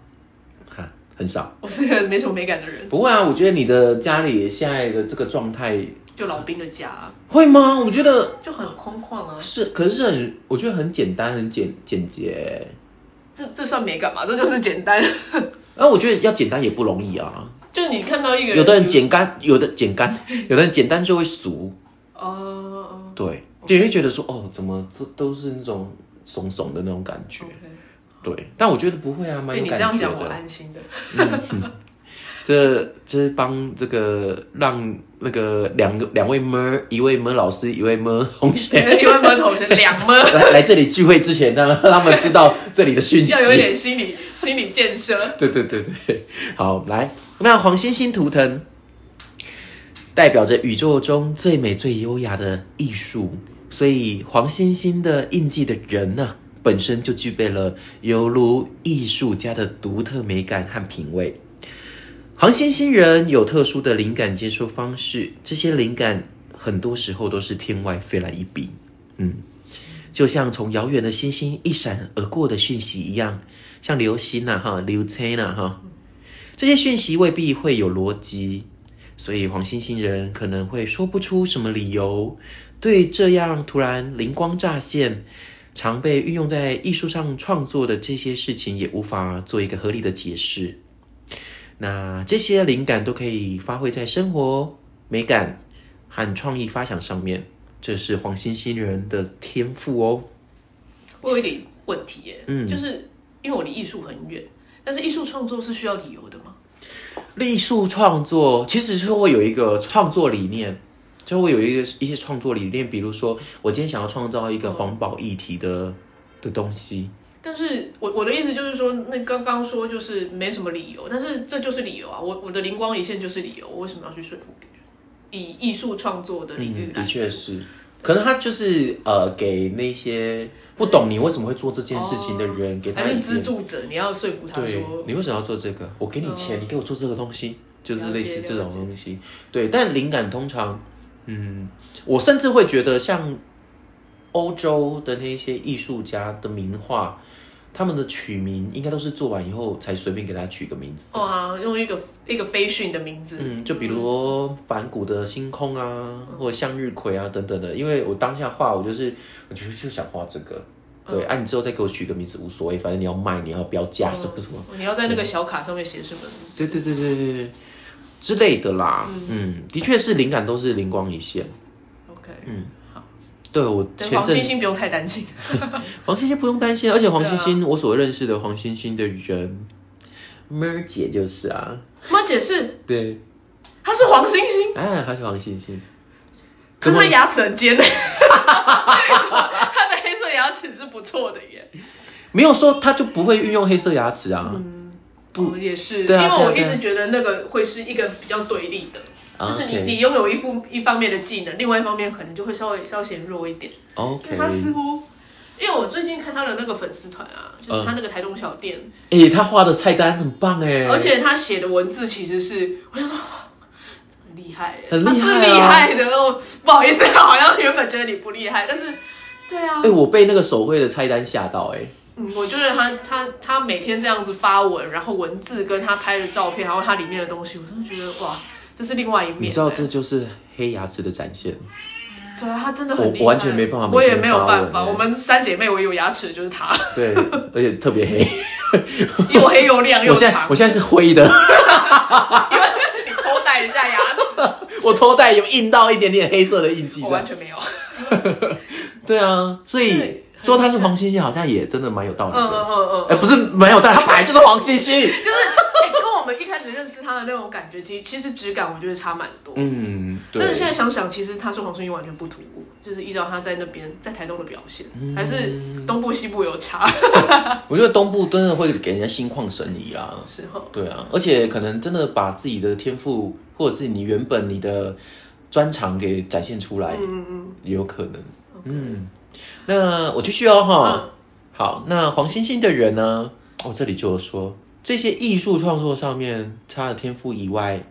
哈，很少。我是个没什么美感的人，不会啊，我觉得你的家里现在的这个状态就老兵的家啊会吗？我觉得就很空旷啊。是，可是是很，我觉得很简单，很简简洁。这这算美感吗？这就是简单。 [LAUGHS] 那、啊、我觉得要简单也不容易啊。就你看到一个人，有的人比如简单，有的简单，有的人简单就会俗，哦，对，对，会觉得说哦，怎么这都是那种怂怂的那种感觉，对。但我觉得不会啊，蛮被有哦你这感样觉讲，我的。嗯安心的。 [LAUGHS] 这这是帮这个让那个两个两位么，一位么老师，一位么同学 [LAUGHS] 因为门同学两么，来来这里聚会之前，让让他们知道这里的讯息。要有一点心理心理建设。对对对对，好，来，那黄星星图腾代表着宇宙中最美最优雅的艺术，所以黄星星的印记的人呢、本身就具备了犹如艺术家的独特美感和品味。黄星星人有特殊的灵感接收方式，这些灵感很多时候都是天外飞来一笔，嗯，就像从遥远的星星一闪而过的讯息一样，像流星呐、哈，流星呐、哈，这些讯息未必会有逻辑，所以黄星星人可能会说不出什么理由，对这样突然灵光乍现。常被运用在艺术上创作的这些事情，也无法做一个合理的解释。那这些灵感都可以发挥在生活、哦美感和创意发想上面，这是黄星星人的天赋哦。我有一点问题耶，嗯就是因为我离艺术很远，但是艺术创作是需要理由的吗？艺术创作其实是会有一个创作理念，就会有一个一些创作理念，比如说我今天想要创造一个环保议题的的东西，但是我我的意思就是说，那刚刚说就是没什么理由，但是这就是理由啊！我我的灵光一现就是理由，我为什么要去说服别人？以艺术创作的领域嗯来的说，确是，可能他就是呃给那些不懂你为什么会做这件事情的人，哦给他还一是点资助者，你要说服他对说，，嗯你为什么要做这个？我给你钱，你给我做这个东西，就是了解类似这了种解东西。对，但灵感通常，嗯，我甚至会觉得像欧洲的那些艺术家的名画，他们的取名应该都是做完以后才随便给他取个名字。哦啊，用一个一个非讯的名字，嗯，就比如说梵谷的星空啊，嗯或者向日葵啊等等的，因为我当下画，我就是我觉得就想画这个，嗯对，啊，你之后再给我取个名字无所谓，反正你要卖，你要标价什么什么，嗯你要在那个小卡上面写什么？对对对对对对之类的啦，嗯，的确是灵感都是灵光一现， OK，嗯，对我对，前黄阵星星不用太担心。 [LAUGHS] [LAUGHS] 黄欣欣不用担心，而且黄对啊欣欣、我所认识的黄欣欣的人，妹儿姐就是啊，妈解释，对，她是黄星星，啊，她是黄欣欣，可怎是么她牙齿很 [LAUGHS] 尖她的黑色牙齿是不错的耶。没有说她就不会运用黑色牙齿啊，不哦也是，对啊因为对啊我一对啊直觉得那个会是一个比较对立的，啊就是你 OK 你拥有一副一方面的技能，另外一方面可能就会稍微稍显弱一点。因为 OK，他似乎，因为我最近看他的那个粉丝团啊，就是嗯他那个台东小店，哎、她画的菜单很棒哎、而且他写的文字其实是，我想说。哇很厉害耶，很厉他害啊是厉害的。哦，不好意思，好像原本觉得你不厉害，但是，对啊，哎、我被那个手绘的菜单吓到哎、嗯，我觉得他他他每天这样子发文，然后文字跟他拍的照片，还有他里面的东西，我真的觉得哇，这是另外一面。你知道这就是黑牙齿的展现。对啊，他真的很我厉害，我完全没办法我每也天没有发办文法。耶我们三姐妹，我有牙齿就是他，对，而且特别黑。 [LAUGHS] 又黑又 [LAUGHS] 亮又我现在长我。现在是灰的，因为 [LAUGHS] 你偷戴人家牙齿，我头戴有印到一点点黑色的印记哦我在。完全没有。对啊，所以对说她是黄星星，好像也真的蛮有道理嗯嗯的。嗯嗯，哎，不是没有，但她本来就是黄星 [LAUGHS] 星。就是、哎跟我们一开始认识他的那种感觉，其其实质感我觉得差蛮多。嗯，但对是。现在想想，其实他是黄圣依完全不突兀，就是依照他在那边在台东的表现，嗯还是东部西部有差。 [LAUGHS] 我觉得东部真的会给人家心旷神怡啦。时候对啊，而且可能真的把自己的天赋，或者是你原本你的专长给展现出来，嗯嗯嗯，也有可能。 OK 嗯，那我继续哦哈。嗯好，那黄星星的人呢？我、这里就有说，这些艺术创作上面，他的天赋以外，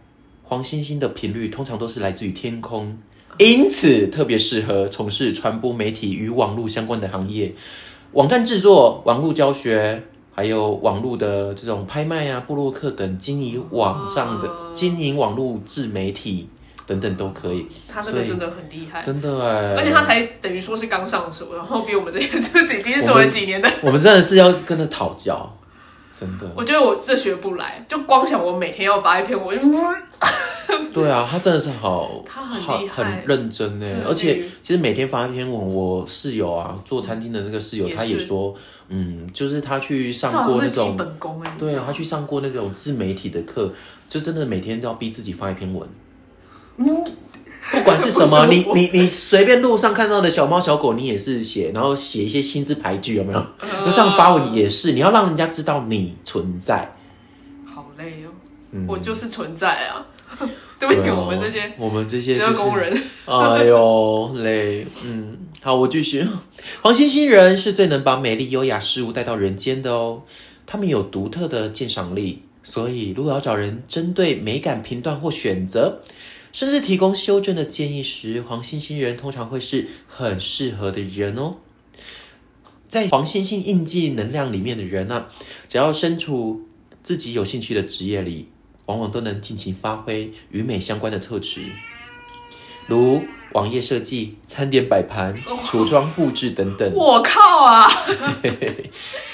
黄星星的频率通常都是来自于天空，嗯因此特别适合从事传播媒体与网络相关的行业，网站制作、网络教学。还有网络的这种拍卖啊、布洛克等经营网上的、哦经营网络自媒体等等都可以。他这所个以真的很厉害。真的哎，而且他才等于说是刚上手，然后比我们这些这已经是做了几年的，我们嗯真的是要跟他讨教，真的。我觉得我这学不来，就光想我每天要发一篇，我就对啊，他真的是好，他很厉害很认真呢自律。而且其实每天发一篇文，我室友啊，做餐厅的那个室友，也是他也说，嗯，就是他去这上好过像那是基种，本功哎、你知对道啊，吗他去上过那种自媒体的课，就真的每天都要逼自己发一篇 [LAUGHS] 文。啊嗯，不管是什么，不你舒服你你随便路上看到的小猫小狗，你也是写，然后写一些薪资牌句，有没有？嗯那这样发文也是，你要让人家知道你存在。好累哦，嗯我就是存在啊， [LAUGHS] 对不起，啊我们这些我们这些十就二是宫人， [LAUGHS] 哎呦累，嗯，好，我继续。 [LAUGHS] 黄星星人是最能把美丽优雅事物带到人间的哦，他们有独特的鉴赏力，所以如果要找人针对美感评断或选择，甚至提供修正的建议时，黄星星人通常会是很适合的人哦。在黄星星印记能量里面的人啊，只要身处自己有兴趣的职业里，往往都能尽情发挥与美相关的特质，如网页设计、餐点摆盘、橱窗布置等等。我靠啊， [LAUGHS] 嗯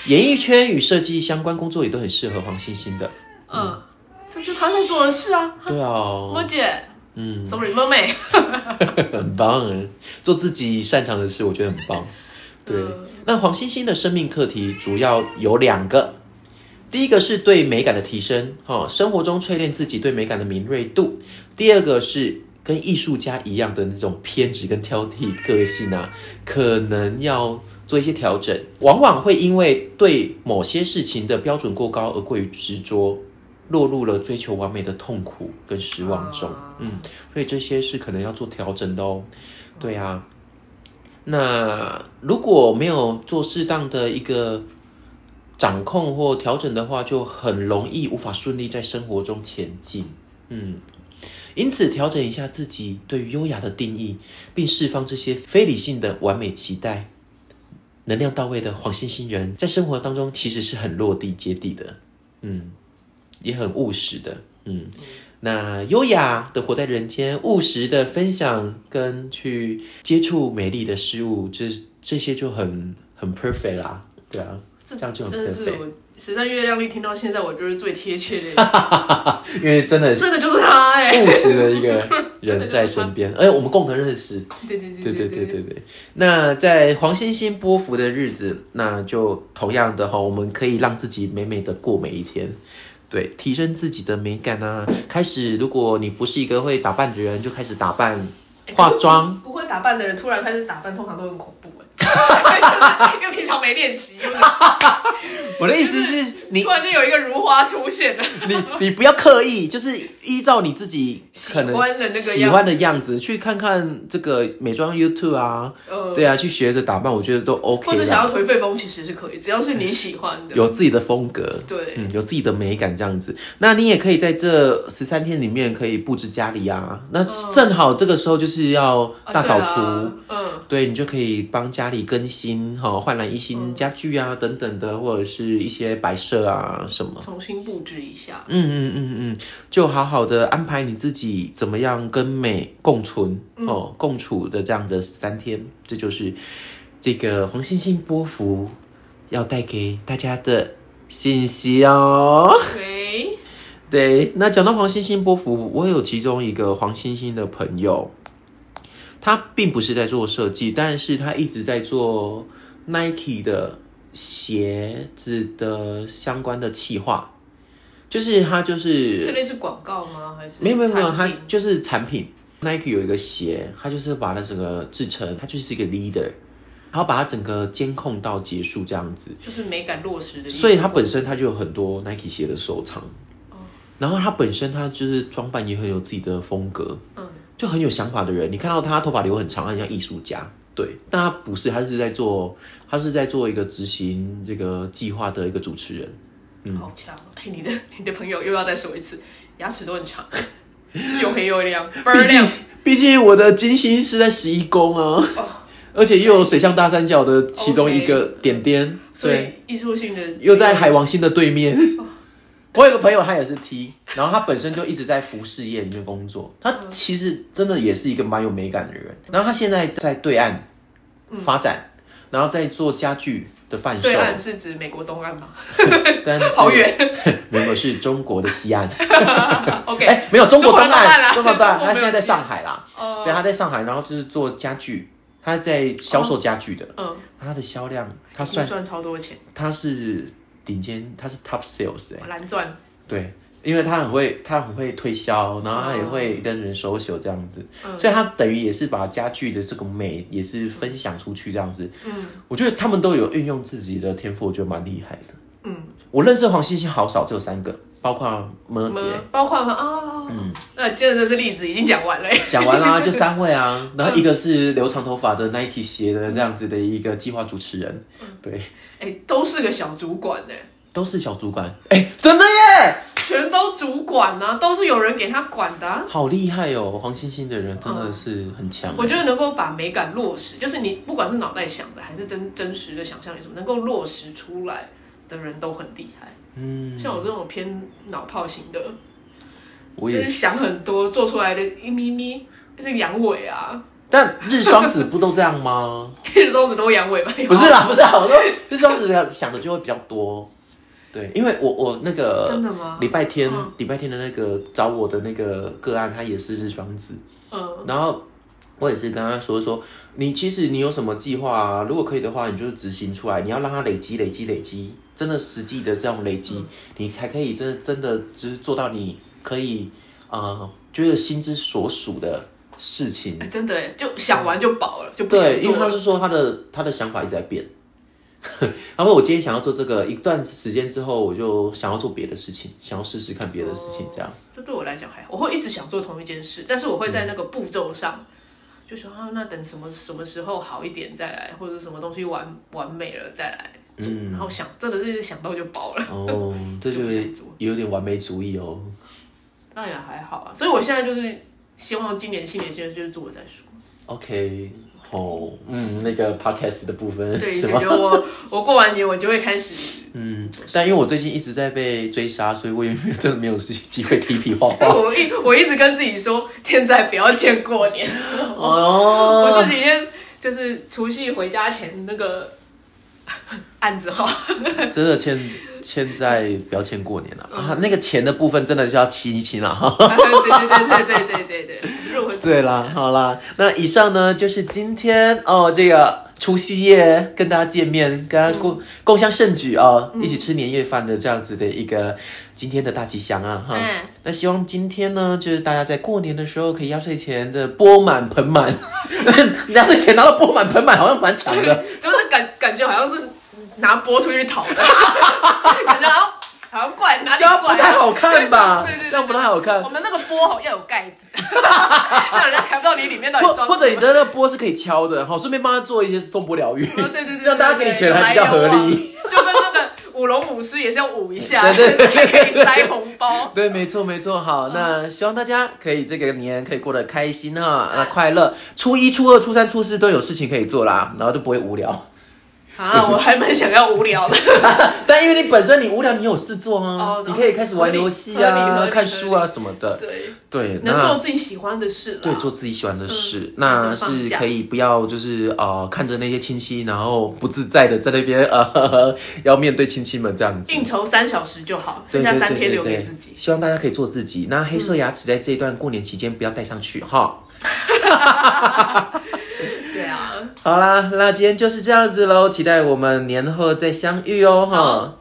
演艺圈与设计相关工作也都很适合黄星星的。嗯，这是他在做的事啊，对莫啊，姐嗯， ，sorry，妹妹， [LAUGHS] 很棒哎，做自己擅长的事，我觉 [LAUGHS] 得很棒。对嗯，那黄星星的生命课题主要有两个，第一个是对美感的提升，哈、生活中淬炼自己对美感的敏锐度；第二个是跟艺术家一样的那种偏执跟挑剔个性啊，可能要做一些调整，往往会因为对某些事情的标准过高而过于执着，落入了追求完美的痛苦跟失望中。啊嗯，所以这些是可能要做调整的哦。对啊，那如果没有做适当的一个掌控或调整的话，就很容易无法顺利在生活中前进。嗯，因此调整一下自己对于优雅的定义，并释放这些非理性的完美期待。能量到位的黄星星人，在生活当中其实是很落地接地的，嗯，也很务实的，嗯。那优雅的活在人间，务实的分享跟去接触美丽的事物，这这些就很很 perfect 啦，对啊，这样就很真的是 perfect，我十三月亮历听到现在，我觉得最贴切的一 [LAUGHS] 个，因为真的是真的就是他哎、务实的一个人在身 [LAUGHS] 边，而且我们共同认识，对对对对对对对对。那在黄星星波幅的日子，那就同样的哈，我们可以让自己美美的过每一天。对，提升自己的美感啊！开始，如果你不是一个会打扮的人，就开始打扮、哎化妆。不会打扮的人突然开始打扮，通常都很恐怖哎、 [LAUGHS] 因为平常没练习。或者哎我的意思是你突然间有一个如花出现了，你你不要刻意，就是依照你自己可能喜欢的那个样子喜欢的样子去看看这个美妆 YouTube 啊， [LAUGHS] 呃对啊，去学着打扮，我觉得都 OK 啦。嗯或者想要颓废风其实是可以，只要是你喜欢的。有自己的风格，对嗯，有自己的美感这样子。那你也可以在这十三天里面可以布置家里啊，那嗯正好这个时候就是要啊大扫对啊除，嗯，对你就可以帮家里更新哈，焕然一新嗯家具啊等等的，或者是一些摆设啊什么。重新布置一下。嗯嗯嗯嗯，就好好的安排你自己怎么样跟美共存、嗯哦，共处的这样的三天，这就是这个黄星星波幅要带给大家的信息哦。喂，对，那讲到黄星星波幅，我有其中一个黄星星的朋友，他并不是在做设计，但是他一直在做 Nike 的鞋子的相关的企划，就是他就是是类似广告吗？还是没有没有没有，产它品就是产品。Nike 有一个鞋，它就是把它整个制成，它就是一个 leader，然后把它整个监控到结束这样子。就是美感落实的意思。所以它本身它就有很多 Nike 鞋的收藏，哦然后它本身它就是装扮也很有自己的风格，嗯就很有想法的人。你看到他头发留很长，他很像艺术家，对，但他不是，他是在做，他是在做一个执行这个计划的一个主持人。嗯，好强！哎，你的你的朋友又要再说一次，牙齿都很长，又黑又亮，倍儿毕竟亮。毕竟我的金星是在十一宫啊。哦，而且又有水象大三角的其中一个 OK 点点，所对，以艺术性的又在海王星的对面。哦 [LAUGHS] 我有个朋友，他也是 T，然后他本身就一直在服饰业里面工作，他嗯其实真的也是一个蛮有美感的人。然后他现在在对岸嗯发展，然后在做家具的贩售对，岸是指美国东岸 [LAUGHS] 吧但是 [LAUGHS] [LAUGHS] 好远，没有是中国的西岸。 [LAUGHS] ？OK，哎，没有中国东中国东岸岸，啦中国东岸， [LAUGHS] 中国没他有现在在西岸上海啦。哦对，他在上海，然后就是做家具，他在销售家具的。嗯，他的销量，他他算赚超多钱，他是顶尖，他是 top sales 哎、蓝钻。对，因为他很会，他很会推销，然后他也哦会跟人 social 这样子，嗯所以他等于也是把家具的这个美也是分享出去这样子。嗯我觉得他们都有运用自己的天赋，我觉得蛮厉害的。嗯，我认识黄星星好少，只有三个，包括我么姐。 [LAUGHS] 们包括吗？哦，嗯那接着这是例子已经讲完了。讲完啦、就三位 [LAUGHS] 啊，然后一个是留长头发的 Nike 鞋的这样子的一个计划主持人，对，哎，都是个小主管呢，都是小主管，哎、真的耶，全都主管啊，都是有人给他管的啊、好厉害哦！黄星星的人真的是很强、哦欸我觉得能够把美感落实，就是你不管是脑袋想的还是真真实的想象有什么，能够落实出来的人都很厉害。嗯，像我这种偏脑炮型的，我就也是是。想很多，做出来的一咪咪，这个阳痿啊， [LAUGHS] 但日双子不都这样吗？粽子都阳痿吧？不是啊哦啦，不啊是啦，我说日双子想的就会比较多。对，因为我我那个真的吗礼拜天嗯礼拜天的那个找我的那个个案，他也是日双子，嗯，然后我也是跟他说说，你其实你有什么计划啊？如果可以的话，你就执行出来，你要让它累积、累积、累积，真的实际的这种累积，嗯你才可以真真的就是做到你可以呃觉得心之所属的事情哎，。真的耶，就想玩就饱了，就不对，想因做为他了。是说他的他的想法一直在变。 [LAUGHS] 他说我今天想要做这个，一段时间之后我就想要做别的事情，想要试试看别的事情这样。就哦对我来讲还好，我会一直想做同一件事，但是我会在那个步骤上，就说啊，那等什么什么时候好一点再来，或者是什么东西完完美了再来，就嗯然后想真的是想到就饱了，哦，这就 [LAUGHS] 就不想做有点完美主义哦。那也还好啊。所以我现在就是希望今年新年现在就是做了再说。 OK，哦，嗯，那个 podcast 的部分 [LAUGHS] 对，是感吗？觉我我过完年我就会开始， [LAUGHS] 嗯，但因为我最近一直在被追杀，所以我也没有真的没有机会提笔 [LAUGHS] 画画。我一我一直跟自己说，现在不要见过年。哦，我这几天就是除夕回家前那个 [LAUGHS] 案子哈，真的欠欠债，不要欠过年了、嗯啊那个钱的部分真的是要清一清了、哈。啊对对对对对对对对，入魂对啦，好啦，那以上呢就是今天哦，这个除夕夜跟大家见面，跟大家嗯共、共襄盛举哦，一起吃年夜饭的这样子的一个今天的大吉祥啊哈。嗯那希望今天呢，就是大家在过年的时候可以压岁钱的钵满盆满， [LAUGHS] 压岁钱拿到钵满盆满好像蛮 [LAUGHS] 长的。 [LAUGHS] 就是感感觉好像是拿波出去讨的， [LAUGHS] 感觉好像好像怪哪里这样不怪、啊太好看吧对对对，这样不太好看我们那个波好像有盖 [LAUGHS] 子，让人家看不到你里面到底或装什么或者你的那个钵是可以敲的，好，顺便帮他做一些送钵疗愈，哦对对对对，这样大家给你钱还比较合理。对。对对就跟那个舞龙舞狮也是要舞一下，对 [LAUGHS] 对才啊可以塞红 [LAUGHS] 包。对，没错没错，嗯好，那希望大家可以这个年可以过得开心嗯哈，那快乐，初一、初二、初三、初四都有事情可以做啦，然后都不会无聊。 [LAUGHS] 啊，我还蛮想要无聊的。但因为你本身你无聊，你有事做啊哦，你可以开始玩游戏合理合啊、理看书合啊理什么的。对，对，能做那自己喜欢的事啦。对做自己喜欢的事嗯，那放是假可以不要就是呃看着那些亲戚，然后不自在的在那边 [LAUGHS] 呃呵呵要面对亲戚们这样子。应酬三小时就好，对剩下对三对天对留给对自己。嗯希望大家可以做自己。那黑色牙齿在这一段过年期间不要戴上去哈。对啊，好啦，那今天就是这样子喽，期待我们年后再相遇哦哈好。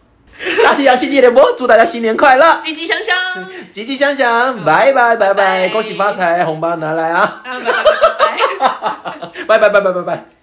大吉祥新界联播，祝大家新年快乐，积极香香，吉吉祥祥，拜拜拜拜拜，拜恭喜发财，红包拿来啊，啊，拜拜拜拜拜拜拜。拜拜拜拜。